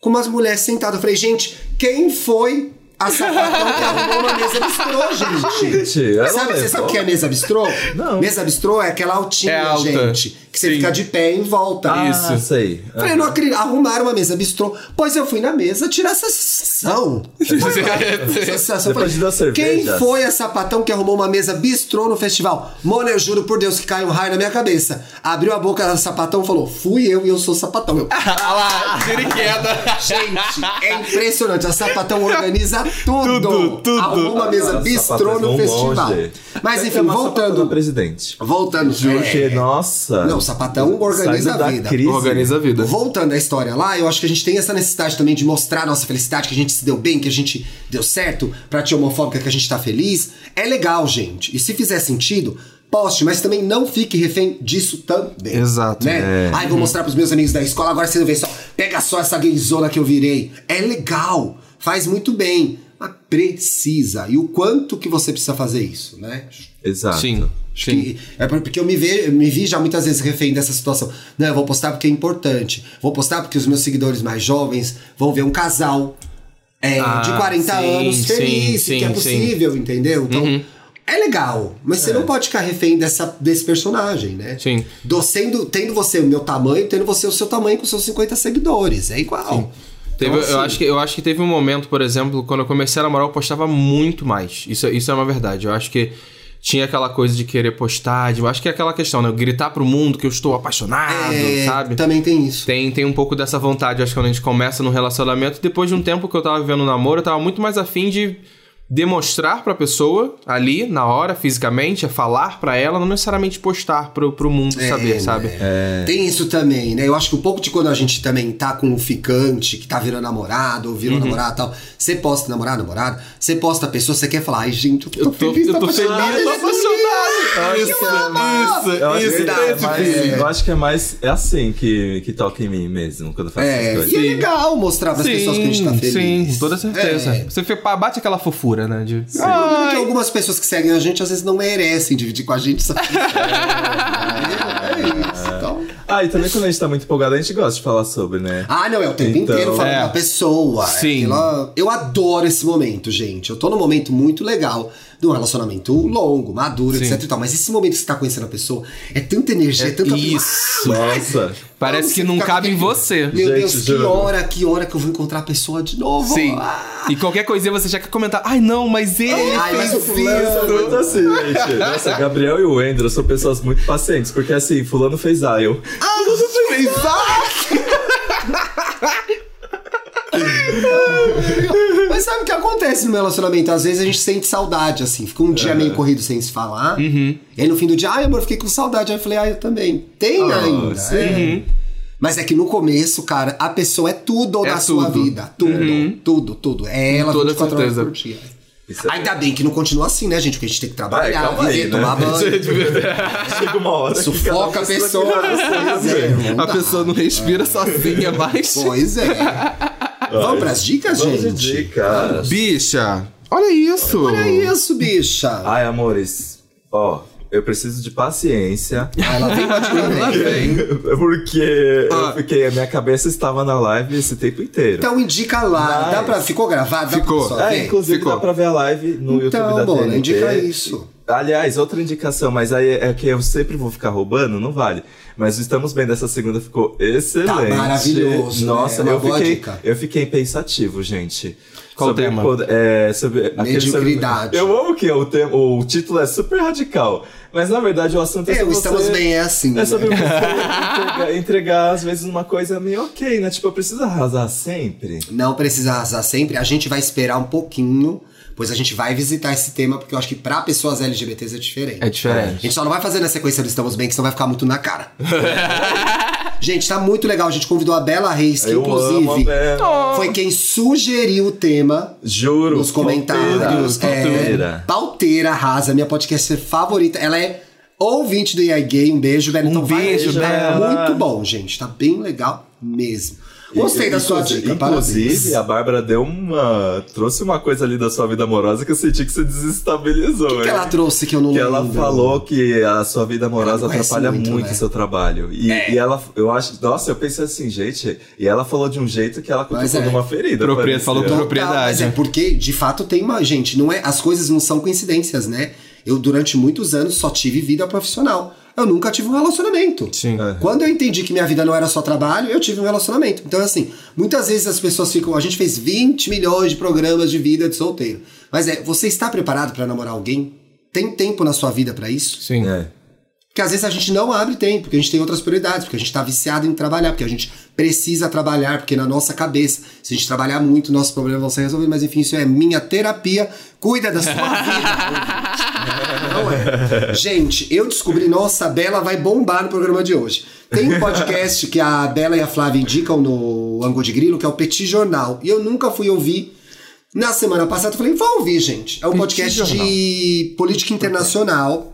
S2: com umas mulheres sentadas. Eu falei, gente, quem foi a sapatão que arrumou uma mesa bistrô, gente?
S1: Gente, ela
S2: Sabe, você
S1: levou.
S2: sabe o que é mesa bistrô?
S1: Não.
S2: Mesa bistrô é aquela altinha,
S3: É alta.
S2: gente. Que você
S3: Sim.
S2: fica de pé em volta.
S1: Ah,
S3: Isso.
S1: sei.
S2: Eu Falei, não acredito. Arrumaram uma mesa bistrô. Pois eu fui na mesa tirar essa sensação. sensação. Eu
S1: Depois de duas cervejas.
S2: Quem foi a sapatão que arrumou uma mesa bistrô no festival? Mona, eu juro por Deus que caiu um raio na minha cabeça. Abriu a boca da sapatão e falou, fui eu e eu sou sapatão. Eu,
S3: Olha lá, tira e queda.
S2: Tá gente, é impressionante. A sapatão organiza tudo.
S3: Tudo, tudo.
S2: Arrumou uma mesa
S1: Ah,
S2: bistrô
S1: sapatão
S2: no
S1: longe.
S2: festival. Mas
S1: Tem que
S2: enfim,
S1: amar sapatão do
S2: voltando.
S1: presidente.
S2: Voltando.
S1: Porque,
S2: É.
S1: nossa.
S2: Não, o sapatão organiza
S1: saindo da
S2: a vida.
S1: Crise.
S3: Organiza a vida.
S2: Voltando à história lá, eu acho que a gente tem essa necessidade também de mostrar a nossa felicidade, que a gente se deu bem, que a gente deu certo, pra tia homofóbica que a gente tá feliz. É legal, gente. E se fizer sentido, poste, mas também não fique refém disso também.
S3: Exato,
S2: Né?
S3: é.
S2: Ai, vou mostrar pros meus amigos da escola, agora vocês vão ver só. Pega só essa gayzona que eu virei. É legal, faz muito bem, mas precisa. E o quanto que você precisa fazer isso, né?
S1: Exato.
S3: Sim.
S2: Acho
S3: Sim.
S2: que- é por- porque eu me, ve, eu me vi já muitas vezes refém dessa situação. Não, eu vou postar porque é importante. Vou postar porque os meus seguidores mais jovens vão ver um casal é,
S3: Ah,
S2: de 40
S3: sim,
S2: anos feliz,
S3: sim,
S2: que é
S3: sim, Uhum.
S2: possível, entendeu? Então, é legal, mas você não pode ficar refém dessa, desse personagem, né?
S3: Sim.
S2: Do, sendo, tendo você o meu tamanho, tendo você o seu tamanho com seus 50 seguidores. É igual.
S3: Teve-
S2: Então, assim,
S3: eu, acho que, eu acho que teve um momento, por exemplo, quando eu comecei a namorar, eu postava muito mais. Isso, isso é uma verdade. Eu acho que tinha aquela coisa de querer postar, de, eu acho que é aquela questão, né? Gritar pro mundo que eu estou apaixonado,
S2: é,
S3: sabe?
S2: Também tem isso.
S3: Tem, tem um pouco dessa vontade, eu acho que quando a gente começa num relacionamento, depois de um tempo que eu tava vivendo um namoro, eu tava muito mais afim de demonstrar pra pessoa ali, na hora, fisicamente, é falar pra ela, não necessariamente postar pro, pro mundo
S2: É,
S3: saber, sabe?
S2: né? Tem isso também, né? Eu acho que um pouco de quando a gente também tá com um ficante, que tá virando namorado, ou
S3: Uhum.
S2: virou namorado e tal. Você posta namorado, namorado, você posta a pessoa, você quer falar, ai gente, eu tô,
S3: Eu tô,
S2: feliz,
S3: eu tô feliz,
S2: apaixonado,
S3: eu tô
S2: ele é bonito."
S3: apaixonado.
S2: Ai, que amor!
S1: Eu acho, que
S2: Verdade,
S1: é mais,
S2: é.
S1: eu acho que é mais. É assim que, que toca em mim mesmo, quando eu faço essas
S2: É,
S1: coisas.
S2: e é legal mostrar pras pessoas que a gente tá feliz.
S3: Sim, com toda certeza.
S2: É.
S3: Você fica- bate aquela fofura, né? De,
S2: Porque
S3: ai,
S2: algumas pessoas que seguem a gente às vezes não merecem dividir com a gente essa É, é isso, então.
S1: Ah, e também quando a gente tá muito empolgado, a gente gosta de falar sobre, né?
S2: Ah, não, é o tempo
S1: Então,
S2: inteiro falando
S3: é.
S2: da pessoa.
S3: Sim.
S2: Ela- eu adoro esse momento, gente. Eu tô num momento muito legal, de um relacionamento longo, maduro,
S3: Sim.
S2: etc e tal. Mas esse momento que você tá conhecendo a pessoa, é tanta energia, é, tanta... Ah,
S3: isso.
S1: Nossa.
S3: Parece
S2: Como
S3: que
S2: você
S3: não
S2: fica
S3: cabe em
S2: com-
S3: você.
S2: Meu
S1: Gente,
S2: Deus, que
S1: juro.
S2: hora, que hora que eu vou encontrar a pessoa de novo.
S3: Sim.
S2: Ah,
S3: E qualquer coisinha você já quer comentar. Ai, não, mas ele
S2: Ai, mas
S3: fez
S2: o fulano
S1: Nossa,
S2: Fulano.
S1: muito assim, gente. Nossa, Gabriel e o Andrew são pessoas muito pacientes, porque assim, fulano fez ah, eu.
S2: Mas sabe o que acontece no meu relacionamento? Às vezes a gente sente saudade, assim. Fica um dia meio corrido sem se falar. E aí no fim do dia, ai amor, fiquei com saudade. Aí eu falei, ai, eu também. Tem
S1: Ah,
S2: ainda.
S1: sim.
S2: é. Mas é que no começo, cara, a pessoa é tudo
S3: É
S2: na sua
S3: tudo.
S2: vida. Tudo, tudo, tudo. É ela
S3: toda
S2: 24 horas
S3: certeza.
S2: por dia.
S1: Isso é-
S2: Ainda bem que não continua assim, né, gente? Porque a gente tem que
S1: Ah,
S2: trabalhar,
S1: calma aí,
S2: viver,
S1: né?
S2: tomar banho.
S1: Chega uma hora. que
S2: Sufoca a
S1: cada pessoa
S2: pessoa.
S1: quer fazer
S2: Pois é,
S1: mesmo.
S2: não
S3: A
S2: dá.
S3: pessoa não respira sozinha mais.
S2: Pois é. Vamos pras dicas,
S1: Vamos de
S2: gente?
S1: dicas.
S3: Bicha, olha isso.
S2: Olha isso, bicha.
S1: Ai, amores, ó, eu preciso de paciência.
S2: Ah, ela vem pra dica
S3: Lá
S2: também.
S3: vem.
S1: Porque
S3: Ah.
S1: eu fiquei, a minha cabeça estava na live esse tempo inteiro.
S2: Então indica lá.
S1: Mas-
S2: Dá pra, ficou gravado? Dá
S3: Ficou.
S2: pra pessoa
S1: é,
S2: ver?
S1: inclusive
S3: ficou.
S1: dá pra ver a live no
S2: Então,
S1: YouTube da
S2: Bona,
S1: TNT.
S2: indica isso.
S1: Aliás, outra indicação, mas aí é que eu sempre vou ficar roubando, não vale. Mas o Estamos Bem dessa segunda ficou excelente.
S2: Tá maravilhoso, né?
S1: Nossa,
S2: É uma
S1: eu,
S2: boa
S1: fiquei,
S2: dica.
S1: eu fiquei pensativo, gente.
S3: Qual o
S1: Sobre
S3: tema?
S1: pod- é, sobre aquele sobre-
S2: Mediocridade.
S1: Eu amo que o, tema, o título é super radical, mas na verdade o assunto é
S2: É, o
S1: sobre
S2: Estamos
S1: você-
S2: Bem é assim.
S1: é sobre
S2: né?
S1: você entregar, entregar, às vezes, uma coisa meio ok, né? Tipo, eu preciso arrasar sempre.
S2: Não precisa arrasar sempre. A gente vai esperar um pouquinho, pois a gente vai visitar esse tema, porque eu acho que pra pessoas LGBTs é diferente.
S3: É diferente.
S2: A gente só não vai fazer na sequência do Estamos Bem, que senão vai ficar muito na cara. gente, tá muito legal. A gente convidou a Bela Reis, que
S1: eu amo a
S2: inclusive
S1: Bela.
S2: foi quem sugeriu o tema.
S1: Juro.
S2: nos comentários. É,
S1: Palteira.
S2: Palteira arrasa, minha podcast favorita. Ela é ouvinte do EA Gay. Um beijo, Bela.
S3: Um beijo,
S2: vai, é
S1: Bela.
S2: Muito bom, gente. Tá bem legal mesmo. Gostei da sua
S1: Inclusive-
S2: dica,
S1: Inclusive,
S2: parabéns.
S1: a Bárbara deu uma. trouxe uma coisa ali da sua vida amorosa que eu senti que você desestabilizou.
S2: O que
S1: hein?
S2: ela trouxe que eu não
S1: Que
S2: lembro?
S1: ela falou que a sua vida amorosa
S2: Ela conhece
S1: atrapalha
S2: muito,
S1: muito,
S2: né? É.
S1: o seu trabalho. E, e ela, eu acho, nossa, eu pensei assim, gente, e ela falou de um jeito que ela
S2: Mas
S1: cutucou
S2: é.
S1: numa ferida.
S3: Propria-
S1: parecia.
S3: falou pro- propriedade.
S2: Mas é porque, de fato, tem uma. Gente, não é, as coisas não são coincidências, né? Eu, durante muitos anos, só tive vida profissional. Eu nunca tive um relacionamento.
S3: Sim.
S1: É.
S2: Quando eu entendi que minha vida não era só trabalho, eu tive um relacionamento. Então, assim, muitas vezes as pessoas ficam. A gente fez 20 milhões de programas de vida de solteiro. Mas é, você está preparado para namorar alguém? Tem tempo na sua vida para isso?
S3: Sim.
S1: É.
S2: Porque às vezes a gente não abre tempo, porque a gente tem outras prioridades, porque a gente tá viciado em trabalhar, porque a gente precisa trabalhar, porque na nossa cabeça, se a gente trabalhar muito, nossos problemas vão ser resolvidos, mas enfim, isso é minha terapia, cuida da sua vida. ouvinte. não é? Gente, eu descobri, nossa, a Bela vai bombar no programa de hoje. Tem um podcast que a Bela e a Flávia indicam no Ango de Grilo, que é o Petit Jornal, e eu nunca fui ouvir. Na semana passada eu falei, vou ouvir, gente. É um
S3: Petit
S2: podcast
S3: Jornal.
S2: de política internacional.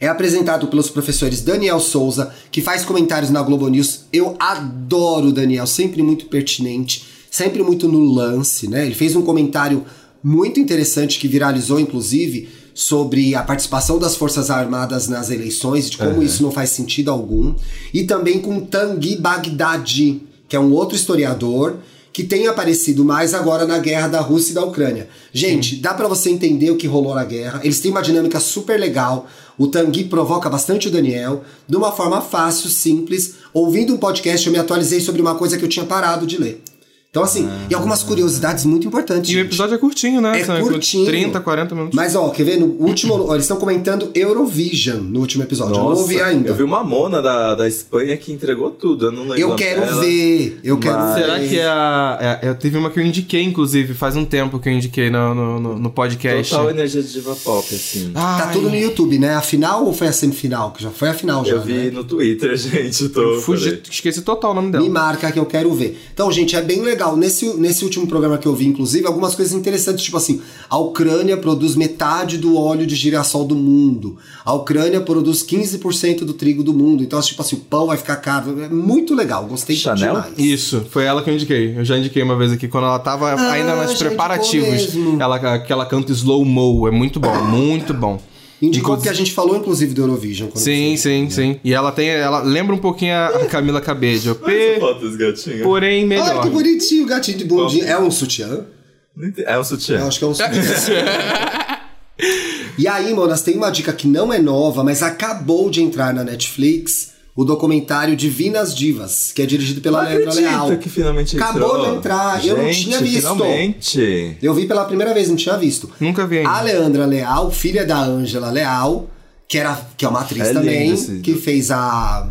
S2: É apresentado pelos professores Daniel Souza, que faz comentários na Globo News. Eu adoro o Daniel, sempre muito pertinente, sempre muito no lance, né? Ele fez um comentário muito interessante que viralizou, inclusive, sobre a participação das Forças Armadas nas eleições, de como uhum. isso não faz sentido algum. E também com Tanguy Bagdadi, que é um outro historiador que tem aparecido mais agora na guerra da Rússia e da Ucrânia. Gente, hum. dá para você entender o que rolou na guerra. Eles têm uma dinâmica super legal. O Tanguy provoca bastante o Daniel de uma forma fácil, simples. Ouvindo um podcast, eu me atualizei sobre uma coisa que eu tinha parado de ler. Então, assim, ah, e algumas curiosidades muito importantes.
S3: E
S2: gente.
S3: o episódio é curtinho, né? É São curtinho. 30, 40 minutos.
S2: Mas, ó, quer ver? No último. ó, eles estão comentando Eurovision no último episódio. Nossa, eu não ouvi ainda.
S1: Eu vi uma mona da, da Espanha que entregou tudo. Eu não lembro.
S2: Eu quero dela, ver. Eu quero mas... ver.
S3: Será que é a, a, Eu teve uma que eu indiquei, inclusive, faz um tempo que eu indiquei no, no, no podcast.
S1: Total energia de diva pop, assim.
S2: Ai. Tá tudo no YouTube, né? A final ou foi a semifinal? Que já foi a final, já.
S1: Eu vi
S2: né?
S1: no Twitter, gente. Tô,
S3: Fugi, esqueci total o nome
S1: então.
S3: dela.
S2: Me marca que eu quero ver. Então, gente, é bem legal legal. Nesse, nesse último programa que eu vi, inclusive, algumas coisas interessantes, tipo assim, a Ucrânia produz metade do óleo de girassol do mundo. A Ucrânia produz 15% do trigo do mundo. Então, tipo assim, o pão vai ficar caro. É muito legal, gostei
S1: Chanel?
S2: demais.
S3: Isso, foi ela que eu indiquei. Eu já indiquei uma vez aqui, quando ela tava ah, ainda nos preparativos. Ela, que ela canta slow mo, é muito bom, muito bom.
S2: Indicou Inclusive... que a gente falou, inclusive, do Eurovision.
S3: Sim, sim, né? sim. E ela tem. Ela lembra um pouquinho a Camila Cabello. P...
S1: fotos, gatinho.
S3: Porém, melhor.
S2: Olha que bonitinho o gatinho de bundinha. É um sutiã?
S1: É um sutiã.
S2: Eu acho que é um sutiã. e aí, Monas, tem uma dica que não é nova, mas acabou de entrar na Netflix. O documentário Divinas Divas, que é dirigido pela Leandra Leal.
S1: que finalmente
S2: Acabou
S1: entrou.
S2: de entrar, Gente, eu não tinha visto.
S1: Finalmente.
S2: Eu vi pela primeira vez, não tinha visto.
S3: Nunca vi ainda.
S2: A Leandra Leal, filha da Ângela Leal, que, era, que é uma atriz é também, esse... que fez a,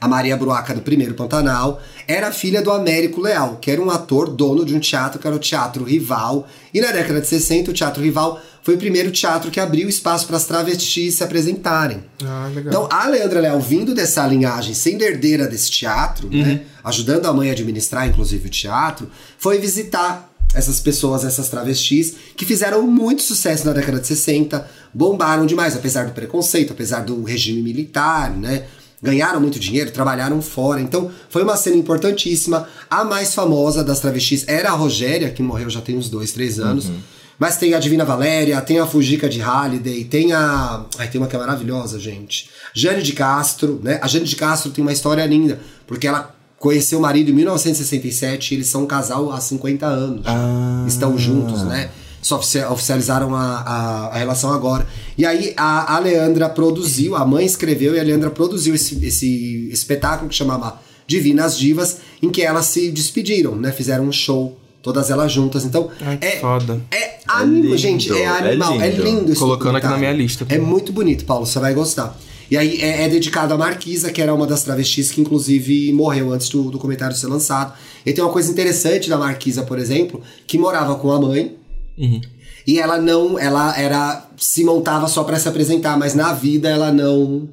S2: a Maria Bruaca do primeiro Pantanal, era filha do Américo Leal, que era um ator dono de um teatro que era o Teatro Rival. E na década de 60, o Teatro Rival foi o primeiro teatro que abriu espaço para as travestis se apresentarem.
S3: Ah,
S2: então, a Leandra Leal, vindo dessa linhagem, sendo herdeira desse teatro, uhum. né, ajudando a mãe a administrar, inclusive, o teatro, foi visitar essas pessoas, essas travestis, que fizeram muito sucesso na década de 60, bombaram demais, apesar do preconceito, apesar do regime militar, né? ganharam muito dinheiro, trabalharam fora. Então, foi uma cena importantíssima. A mais famosa das travestis era a Rogéria, que morreu já tem uns dois, três anos. Uhum. Mas tem a Divina Valéria, tem a Fujica de Halliday, tem a. Ai, tem uma que é maravilhosa, gente. Jane de Castro, né? A Jane de Castro tem uma história linda, porque ela conheceu o marido em 1967 e eles são um casal há 50 anos. Ah. Estão juntos, né? só oficializaram a, a, a, relação agora. E aí a, a, Leandra produziu, a mãe escreveu e a Leandra produziu esse, esse espetáculo que chamava Divinas Divas, em que elas se despediram, né? Fizeram um show. Todas elas juntas, então.
S3: Ai,
S2: é,
S3: foda.
S2: É animal, é gente. É animal. É lindo, é lindo
S3: Colocando aqui na minha lista.
S2: É muito bonito, Paulo. Você vai gostar. E aí é, é, dedicado à Marquisa, que era uma das travestis que inclusive morreu antes do, do comentário ser lançado. E tem uma coisa interessante da Marquisa, por exemplo, que morava com a mãe,
S3: Uhum.
S2: E ela não, ela era se montava só para se apresentar, mas na vida ela não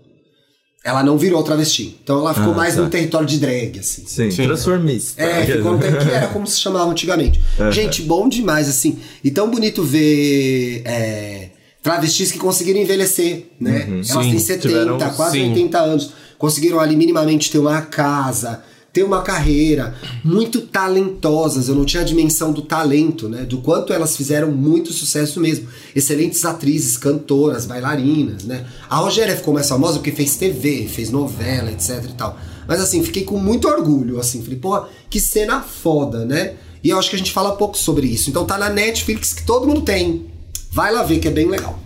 S2: ela não virou travesti. Então ela ficou ah, mais tá. no território de drag, assim.
S1: Sim, Sim. transformista.
S2: É, ficou no que era como se chamava antigamente. Uhum. Gente, bom demais, assim. E tão bonito ver é, travestis que conseguiram envelhecer, né? Uhum. Elas Sim, têm 70, tiveram... quase Sim. 80 anos. Conseguiram ali minimamente ter uma casa, ter uma carreira, muito talentosas. Eu não tinha a dimensão do talento, né? Do quanto elas fizeram muito sucesso mesmo. Excelentes atrizes, cantoras, bailarinas, né? A Rogéria ficou mais famosa porque fez TV, fez novela, etc e tal. Mas assim, fiquei com muito orgulho, assim, falei, pô, que cena foda, né? E eu acho que a gente fala pouco sobre isso. Então tá na Netflix que todo mundo tem. Vai lá ver que é bem legal.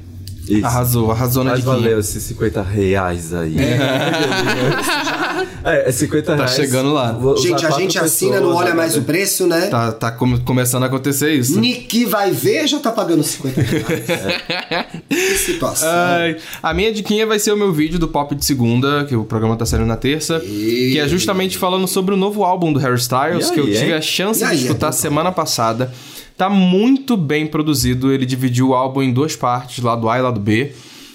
S3: Isso. Arrasou, arrasou na
S1: Mas valeu esses 50 reais aí. É, é 50
S3: tá
S1: reais.
S3: Tá chegando lá. Vou
S2: gente, a gente assina, pessoas, não olha mais o preço, né?
S3: Tá, tá come começando a acontecer isso.
S2: Nick vai ver, já tá pagando 50 reais. é. Que situação.
S3: Ai, a minha diquinha vai ser o meu vídeo do Pop de Segunda, que o programa tá saindo na terça, e... que é justamente falando sobre o novo álbum do Harry Styles, aí, que eu hein? tive a chance e de aí, escutar é semana passada tá muito bem produzido. Ele dividiu o álbum em duas partes, lado A e lado B.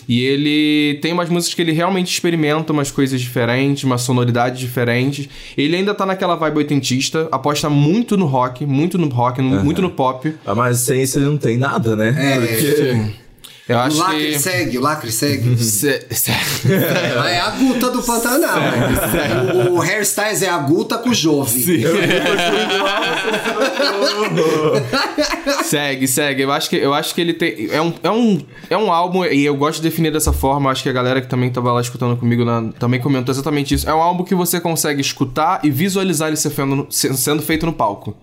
S3: E ele tem umas músicas que ele realmente experimenta umas coisas diferentes, uma sonoridade diferente. Ele ainda tá naquela vibe oitentista, aposta muito no rock, muito no rock, no, uhum. muito no pop.
S1: Ah, mas sem isso ele não tem nada, né?
S2: É, Porque...
S3: Eu
S2: o
S3: acho
S2: lacre
S3: um que. Uhum.
S2: segue, o lacre segue.
S3: Se- se-
S2: Ela é a Guta do Pantanal. né? O Hairstyles é a Guta com o Jove.
S3: segue, segue. Eu acho que, eu acho que ele tem. É um, é, um, é um álbum, e eu gosto de definir dessa forma. Acho que a galera que também tava lá escutando comigo na- também comentou exatamente isso. É um álbum que você consegue escutar e visualizar ele ser fendo- se- sendo feito no palco.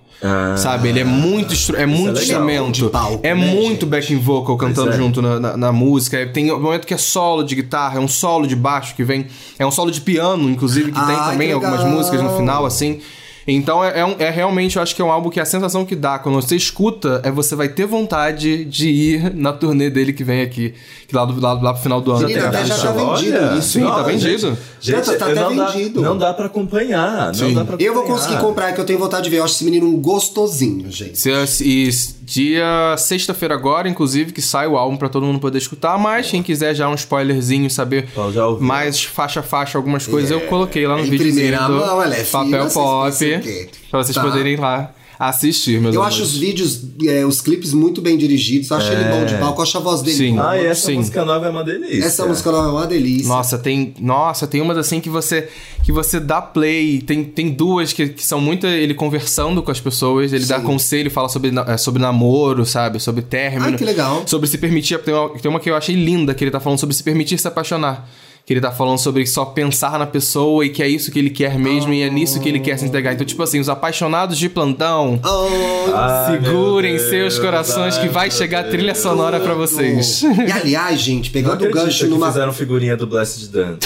S3: Sabe? Ele é muito, instru- é muito
S1: Ah. legal.
S3: instrumento.
S2: De palco,
S3: é
S2: né,
S3: muito backing vocal cantando
S1: é.
S3: junto na, na, na música. Tem um momento que é solo de guitarra, é um solo de baixo que vem. É um solo de piano, inclusive, que tem
S2: Ah, que
S3: também algumas
S2: legal.
S3: músicas no final, assim. Então é, é um- é realmente, eu acho que é um álbum que a sensação que dá quando você escuta é você vai ter vontade de ir na turnê dele que vem aqui, que lá do lá, lá pro final do ano.
S2: Menina,
S3: tem
S2: até
S3: data.
S2: já tá
S1: Olha,
S2: vendido isso.
S3: Sim, tá vendido.
S1: Gente,
S2: Não, tá
S1: eu
S2: até
S1: não,
S2: vendido.
S1: Dá, não dá pra acompanhar.
S3: Sim.
S1: Não dá pra acompanhar.
S2: Eu vou conseguir comprar, é que eu tenho vontade de ver. Eu acho esse menino um gostosinho, gente.
S3: Se- E dia sexta-feira agora, inclusive, que sai o álbum pra todo mundo poder escutar, mas quem quiser já um spoilerzinho, saber
S1: Ó, já ouvi.
S3: mais faixa a faixa algumas coisas, eu coloquei lá no
S2: É, Em
S3: vídeo
S2: primeira mão, ela é fina,
S3: Papel
S2: vocês
S3: Pop,
S2: pensam o quê?
S3: pra vocês
S2: Tá.
S3: poderem ir lá assistir, meus
S2: Eu
S3: amores.
S2: acho os vídeos, é, os clipes muito bem dirigidos. Eu acho ele bom de palco, eu acho a voz dele
S3: Sim.
S2: boa.
S1: Ah, e essa
S3: Sim.
S1: música nova é uma delícia.
S2: Essa música nova é uma delícia.
S3: Nossa, tem, nossa, tem umas assim que você que você dá play, tem, tem duas que, que são muito ele conversando com as pessoas, ele dá conselho, fala sobre, na- eh, sobre namoro, sabe, sobre término.
S2: Ai, que legal.
S3: Sobre se permitir, tem uma, tem uma que eu achei linda, que ele tá falando sobre se permitir se apaixonar. Que ele tá falando sobre só pensar na pessoa e que é isso que ele quer mesmo e é nisso que ele quer se entregar. Então, tipo assim, os apaixonados de plantão,
S2: Oh,
S1: Ai, Ah, meu
S3: segurem
S1: Deus,
S3: seus corações que vai
S1: ai,
S3: chegar a
S1: meu
S3: trilha
S1: Deus.
S3: sonora pra vocês.
S2: E aliás, gente,
S1: Não
S2: pegando o
S1: acredito
S2: gancho
S1: que
S2: numa.
S1: fizeram figurinha do Blessed Dance.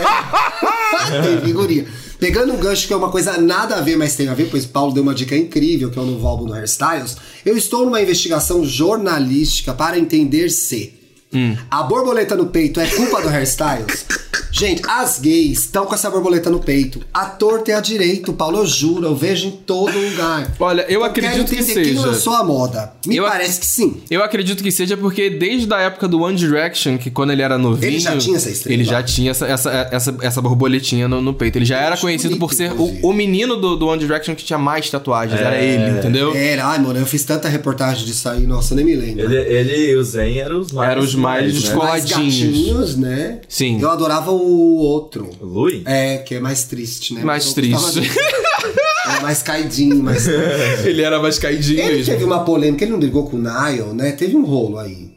S2: tem figurinha. Pegando um gancho que é uma coisa nada a ver, mas tem a ver, pois Paulo deu uma dica incrível, que é o novo álbum do Hairstyles. Eu estou numa investigação jornalística para entender se
S3: Hum.
S2: a borboleta no peito é culpa do Hairstyles. Gente, as gays estão com essa borboleta no peito. A torta é a direito, Paulo, eu juro, eu vejo em todo lugar.
S3: Olha, eu acredito que
S2: quero entender quem
S3: seja.
S2: lançou a moda. Me
S3: Eu ac-
S2: parece que sim.
S3: Eu acredito que seja porque desde a época do One Direction, que quando ele era novinho.
S2: Ele já tinha essa estrela.
S3: Ele já tinha essa, essa, essa, essa borboletinha no, no peito. Ele já era
S2: acho
S3: conhecido por
S2: bonito,
S3: ser
S2: inclusive.
S3: o, o menino do, do One Direction que tinha mais tatuagens. Era ele, entendeu?
S2: Era, ai, mano, eu fiz tanta reportagem disso aí, nossa, eu nem me lembro.
S1: Ele, ele e o Zen eram os mais.
S3: Eram os mais
S1: né?
S3: descolados.
S2: É mais
S3: Coladinhos.
S2: gatinhos, né?
S3: Sim.
S2: Eu adorava o outro.
S1: Lui?
S2: É, que é mais triste, né?
S3: Mais
S2: Mas eu gostava
S3: triste.
S2: dele. é mais caidinho, mais.
S3: Ele era mais caidinho
S2: É. ele teve uma polêmica, ele não brigou com o Niall, né? Teve um rolo aí. um-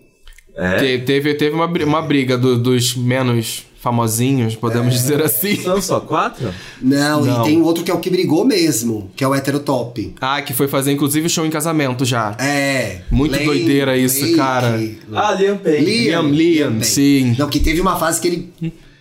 S1: É.
S3: Te- teve, teve uma, bri- uma briga do- dos menos famosinhos, podemos
S2: É.
S3: dizer assim.
S1: São só quatro?
S2: Não,
S3: Não.
S2: e tem outro que é o que brigou mesmo, que é o heterotop.
S3: Ah, que foi fazer inclusive show em casamento já.
S2: É.
S3: Muito doideira isso, cara.
S1: Ah, Liam Payne.
S2: Liam,
S3: Liam, Liam,
S2: Payne.
S3: sim.
S2: Não, que teve uma fase que ele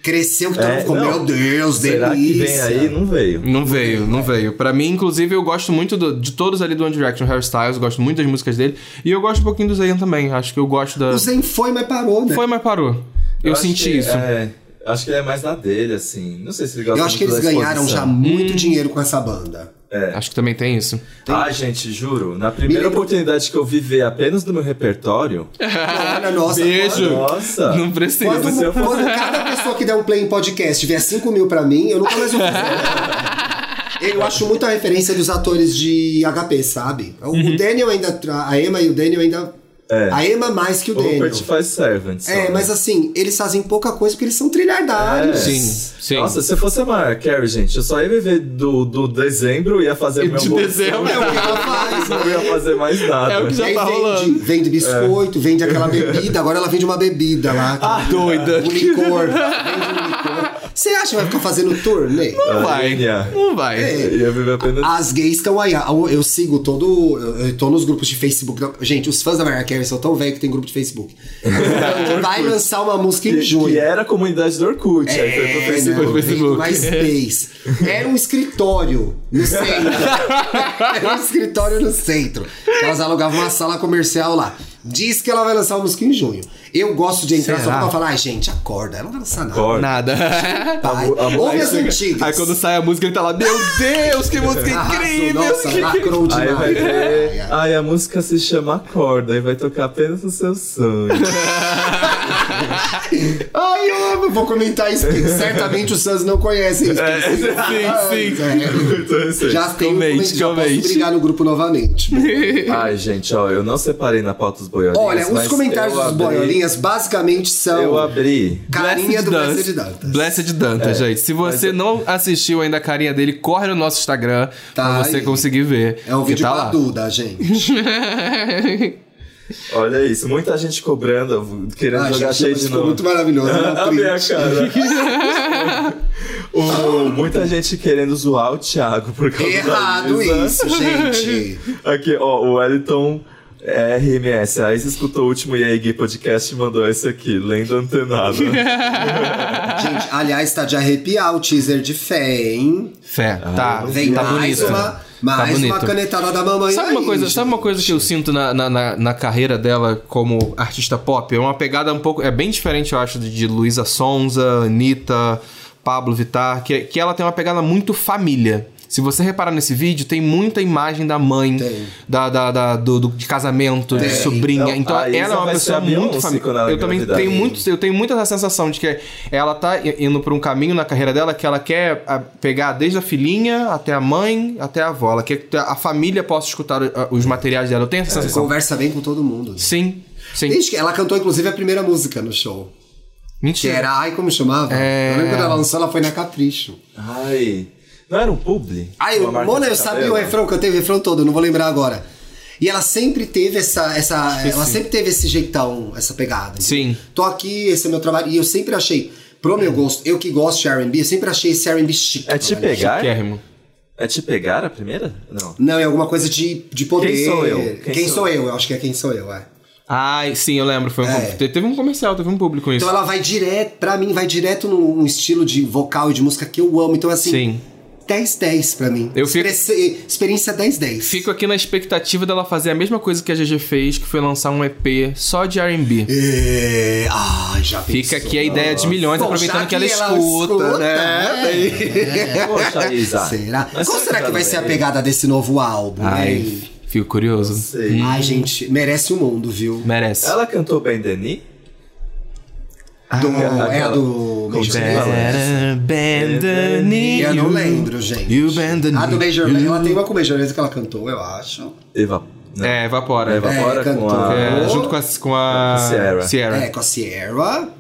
S2: cresceu, que todo mundo
S1: É,
S2: ficou,
S1: não.
S2: meu Deus,
S1: Será que
S2: delícia.
S1: vem aí? Não veio.
S3: Não veio, não veio. Pra mim, inclusive, eu gosto muito do- de todos ali do One Direction, Harry Styles, gosto muito das músicas dele. E eu gosto um pouquinho do Zayn também. Acho que eu gosto da.
S2: O Zen foi, mas parou, né?
S3: Foi, mas parou. Eu,
S1: acho
S3: senti
S1: que-
S3: isso.
S1: É, acho que ele é mais na dele, assim. Não sei se ele gosta
S2: Eu acho que
S1: muito
S2: eles
S1: da
S2: ganharam já
S1: exposição.
S2: muito dinheiro com essa banda.
S3: Acho que também tem isso.
S1: Ai, gente, juro. Na primeira
S2: lembro-
S1: oportunidade que eu vi ver apenas do meu repertório.
S3: É,
S2: Olha, é nossa,
S3: Beijo.
S1: Nossa.
S3: Não precisa.
S2: Quando,
S1: Mas eu-
S2: quando cada pessoa que der um play em podcast tiver 5 mil pra mim, eu nunca mais vou fazer. Eu acho muito a referência dos atores de HP, sabe? O, o Daniel ainda. tra- A Emma e o Daniel ainda.
S1: É.
S2: A Emma mais que o
S1: O
S2: Daniel.
S1: Rupert faz servant. só,
S2: É,
S1: né?
S2: mas assim, eles fazem pouca coisa porque eles são trilhardários.
S3: Sim, sim.
S1: Nossa, se eu fosse a Mariah Carey, gente, eu só ia viver do, do dezembro e ia fazer
S3: E
S1: o meu
S3: de
S1: bolso.
S3: dezembro.
S2: É o que ela faz,
S1: Não ia
S2: né?
S1: fazer mais nada.
S3: É o que já
S2: Aí
S3: tá
S2: vende,
S3: rolando.
S2: vende biscoito, vende aquela bebida. Agora ela vende uma bebida lá. Ah,
S3: doida.
S2: Um licor. Vende um licor. Você acha que vai ficar fazendo turnê?
S3: Não
S2: né,
S3: vai.
S1: Gênia.
S3: Não vai.
S2: É
S1: Eu Ia viver apenas.
S2: As gays estão aí. Eu, eu sigo todo. Eu, eu tô nos grupos de Facebook. da- Gente, os fãs da Mariah Carey são tão velhos que tem grupo de Facebook. Ela vai lançar uma música em
S1: que, que
S2: junho.
S1: era a comunidade do Orkut. aí foi pro
S2: né?
S1: Facebook.
S3: Facebook.
S2: Mas fez. Era um escritório no centro. Era um escritório no centro. Elas alugavam uma sala comercial lá. Diz que ela vai lançar uma música em junho. Eu gosto de entrar só
S3: Será?
S2: pra falar, ai, gente, acorda. Ela não vai lançar nada.
S1: Corta.
S3: Nada.
S2: Pai.
S1: A mu- a
S2: Ouve
S1: música-
S2: as antigas.
S3: Aí quando sai a música, ele tá lá, meu Deus, que música
S2: Arrasou,
S3: incrível!
S2: Nossa, lacrou
S1: Aí
S2: demais.
S1: vai
S2: Ai,
S1: ter.
S2: ai.
S1: Ai, a música se chama Acorda e vai tocar apenas o seu sonho.
S2: Ai, eu amo. Vou comentar isso, porque certamente os Sans não conhecem isso. porque eles têm
S3: É, sim, sim.
S2: anos,
S1: Então, é isso
S2: é.
S1: aí.
S2: Já tem
S3: Comente, comente.
S2: posso brigar no grupo novamente.
S1: Ai, gente, ó, eu não separei na pauta dos boiolinhas.
S2: Olha, os
S1: mas
S2: comentários
S1: eu
S2: dos
S1: abri-
S2: boiolinhas basicamente
S1: Eu
S2: são
S1: abri.
S2: carinha do Blessed
S3: Blessed
S2: Dantas. É.
S3: Blessed Dantas, gente. Se você não assistiu ainda a carinha dele, corre no nosso Instagram pra
S2: Tá
S3: você
S2: aí.
S3: conseguir ver.
S2: É um
S3: que
S2: vídeo
S3: tá
S2: pra
S3: lá.
S2: Duda, gente.
S1: Olha isso, muita gente cobrando, querendo
S2: Ah,
S1: jogar
S2: gente,
S1: cheio
S2: mas
S1: de
S2: ficou
S1: novo.
S2: muito maravilhoso, né? Um
S1: Ah, minha
S2: print.
S1: cara. O- muita gente querendo zoar o Thiago por causa da
S2: Errado
S1: Isa.
S2: isso, gente.
S1: Aqui, ó, o Wellington é, RMS. Aí você escutou o último EA Gay Podcast e mandou esse aqui, lendo antenado.
S2: Gente, aliás, tá de arrepiar o teaser de fé, hein?
S3: Fé, tá.
S2: Ah, Vem
S3: tá
S2: mais
S3: bonito.
S2: uma, mais uma
S3: bonito.
S2: canetada da mamãe.
S3: Sabe uma,
S2: aí,
S3: coisa,
S2: gente.
S3: sabe uma coisa que eu sinto na, na, na- na carreira dela como artista pop? É uma pegada um pouco. É bem diferente, eu acho, de, de Luísa Sonza, Anitta, Pablo Vittar, que, que ela tem uma pegada muito família. Se você reparar nesse vídeo, tem muita imagem da mãe,
S2: Tem.
S3: da, da, da- do, do- de casamento, de
S2: Tem.
S3: sobrinha. Então,
S1: Então, a
S3: ela é
S1: Isa
S3: uma
S1: vai ser a
S3: pessoa muito
S1: Beyoncé quando
S3: família.
S1: ela
S3: Eu também
S1: engravidar.
S3: tenho muito, eu tenho muito essa sensação de que ela tá i- indo por um caminho na carreira dela que ela quer ah, pegar desde a filhinha até a mãe, até a avó. Ela quer que a família possa escutar o- a- os materiais dela. Eu tenho essa sensação.
S2: É, Conversa bem com todo mundo. né?
S3: Sim, sim.
S2: Desde que ela cantou, inclusive, a primeira música no show. Que
S3: Mentira.
S2: era, ai, como chamava?
S3: É.
S2: Eu lembro quando ela lançou, ela foi na Capricho.
S1: Ai. Não era um publi?
S2: Ai,
S1: Uma marca
S2: Mona,
S1: de
S2: eu sabia
S1: cabelo? né?
S2: o refrão, que eu teve o refrão todo, não vou lembrar agora. E ela sempre teve essa. essa ela sempre teve esse jeitão, essa pegada.
S3: Sim.
S2: Tô aqui, esse é meu trabalho. E eu sempre achei, pro meu gosto, eu que gosto de RB, eu sempre achei esse RB chique.
S1: É te
S2: né?
S1: pegar?
S3: Chiquérrimo.
S1: É te pegar a primeira? Não.
S2: Não, é alguma coisa de, de poder.
S1: Quem sou eu?
S2: Quem,
S1: Quem
S2: sou,
S1: sou
S2: eu? Eu acho que é quem sou eu, é.
S3: Ai, sim, eu lembro. Foi um,
S2: É.
S3: te- Teve um comercial, teve um público isso.
S2: Então ela vai direto, pra mim, vai direto num num estilo de vocal e de música que eu amo. Então, assim,
S3: Sim.
S2: 10-10 pra mim.
S3: Eu fico-
S2: Expresse- Experiência 10-10.
S3: Fico aqui na expectativa dela fazer a mesma coisa que a GG fez, que foi lançar um EP só de R&B.
S2: É... Ai, já
S3: Fica aqui a ideia de milhões,
S2: Bom, já
S3: aproveitando que ela, escuta, né? é
S1: É, poxa,
S3: Tá.
S1: Isa.
S2: Será?
S1: Mas
S2: Qual
S1: você
S2: será que
S1: tá
S2: vai
S1: no
S2: ser a
S1: meio?
S2: pegada desse novo álbum?
S3: Ai,
S2: hein?
S3: fico curioso.
S1: Sei.
S2: Ai, gente, merece o mundo, viu?
S3: Merece.
S1: Ela cantou bem Denis?
S3: Ah,
S2: Do-
S1: aquela-
S2: é a do Major Lazer.
S3: bend the knee.
S2: Eu não lembro, gente.
S3: You bend the
S2: A do
S3: knee.
S2: Major
S3: You-
S2: Lazer, ela tem uma com o Major Lazer que ela cantou, eu acho.
S1: Eva. Não.
S3: É, evapora.
S1: Eva
S2: É,
S1: Fora com
S2: cantou.
S1: a.
S3: É, junto com a, com a
S1: Sierra.
S2: É, com a Sierra.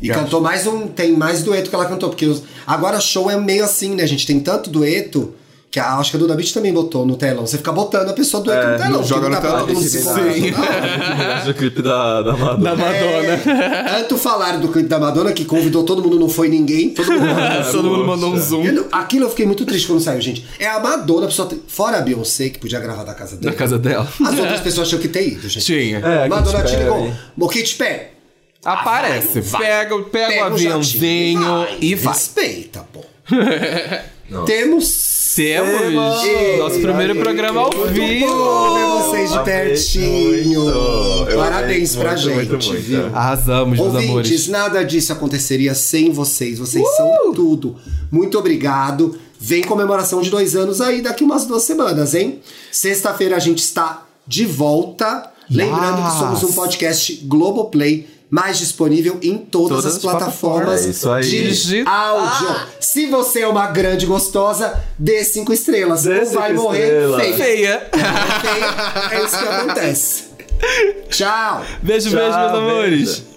S2: E cantou mais um. Tem mais dueto que ela cantou, porque os- agora show é meio assim, né, gente? Tem tanto dueto que a, acho que a Duda Beach também botou no telão. Você fica botando a pessoa dueto no telão. porque
S3: É, joga
S2: não
S3: no
S2: dá pra
S3: telão,
S2: todo mundo
S3: esse
S2: se
S3: sim.
S2: encontrar, não.
S1: O clipe da, da Madonna.
S3: né?
S2: É, tanto falaram do clipe da Madonna que convidou todo mundo, não foi ninguém. Todo mundo
S3: Todo mundo mandou um zoom
S2: Eu não- aquilo eu fiquei muito triste quando saiu, gente. É a Madonna, a pessoa tem- fora a Beyoncé, que podia gravar da casa
S3: na
S2: dela.
S3: casa dela.
S2: As outras pessoas tinham que ter ido, gente.
S3: Tinha.
S1: É, a
S2: Madonna
S1: Katy
S2: te
S1: Perry.
S2: ligou. Bom, Katy Perry,
S1: Ah,
S3: Aparece.
S2: vai,
S3: Pega, pega, o
S2: pega um jatinho
S3: aviãozinho e vai.
S2: Respeita, pô. Temos.
S3: Temos
S2: Ei,
S3: nosso primeiro
S2: aí,
S3: programa ao
S2: muito Bom ver
S3: vivo.
S2: vocês de
S1: Amei
S2: pertinho.
S1: muito. Eu
S2: Parabéns
S1: amei
S2: pra
S1: muito,
S2: gente,
S1: muito, muito.
S2: viu?
S3: Arrasamos, meus
S2: Ouvintes,
S3: amores.
S2: nada disso aconteceria sem vocês. Vocês
S1: Uh!
S2: são tudo. Muito obrigado. Vem comemoração de dois anos aí daqui umas duas semanas, hein? Sexta-feira a gente está de volta. Lembrando que somos um podcast Globoplay, mais disponível em todas,
S3: Todas
S2: as
S3: as
S2: plataformas
S1: plataformas. É isso aí.
S2: de
S3: Digi-
S2: áudio. Se você é uma grande gostosa, dê cinco estrelas.
S1: Dê
S2: ou
S1: cinco
S2: vai morrer
S1: estrelas.
S2: feio.
S3: Feia.
S2: É isso que acontece. Tchau!
S3: Beijo, beijo, meus
S1: Tchau,
S3: amores.
S1: beijo.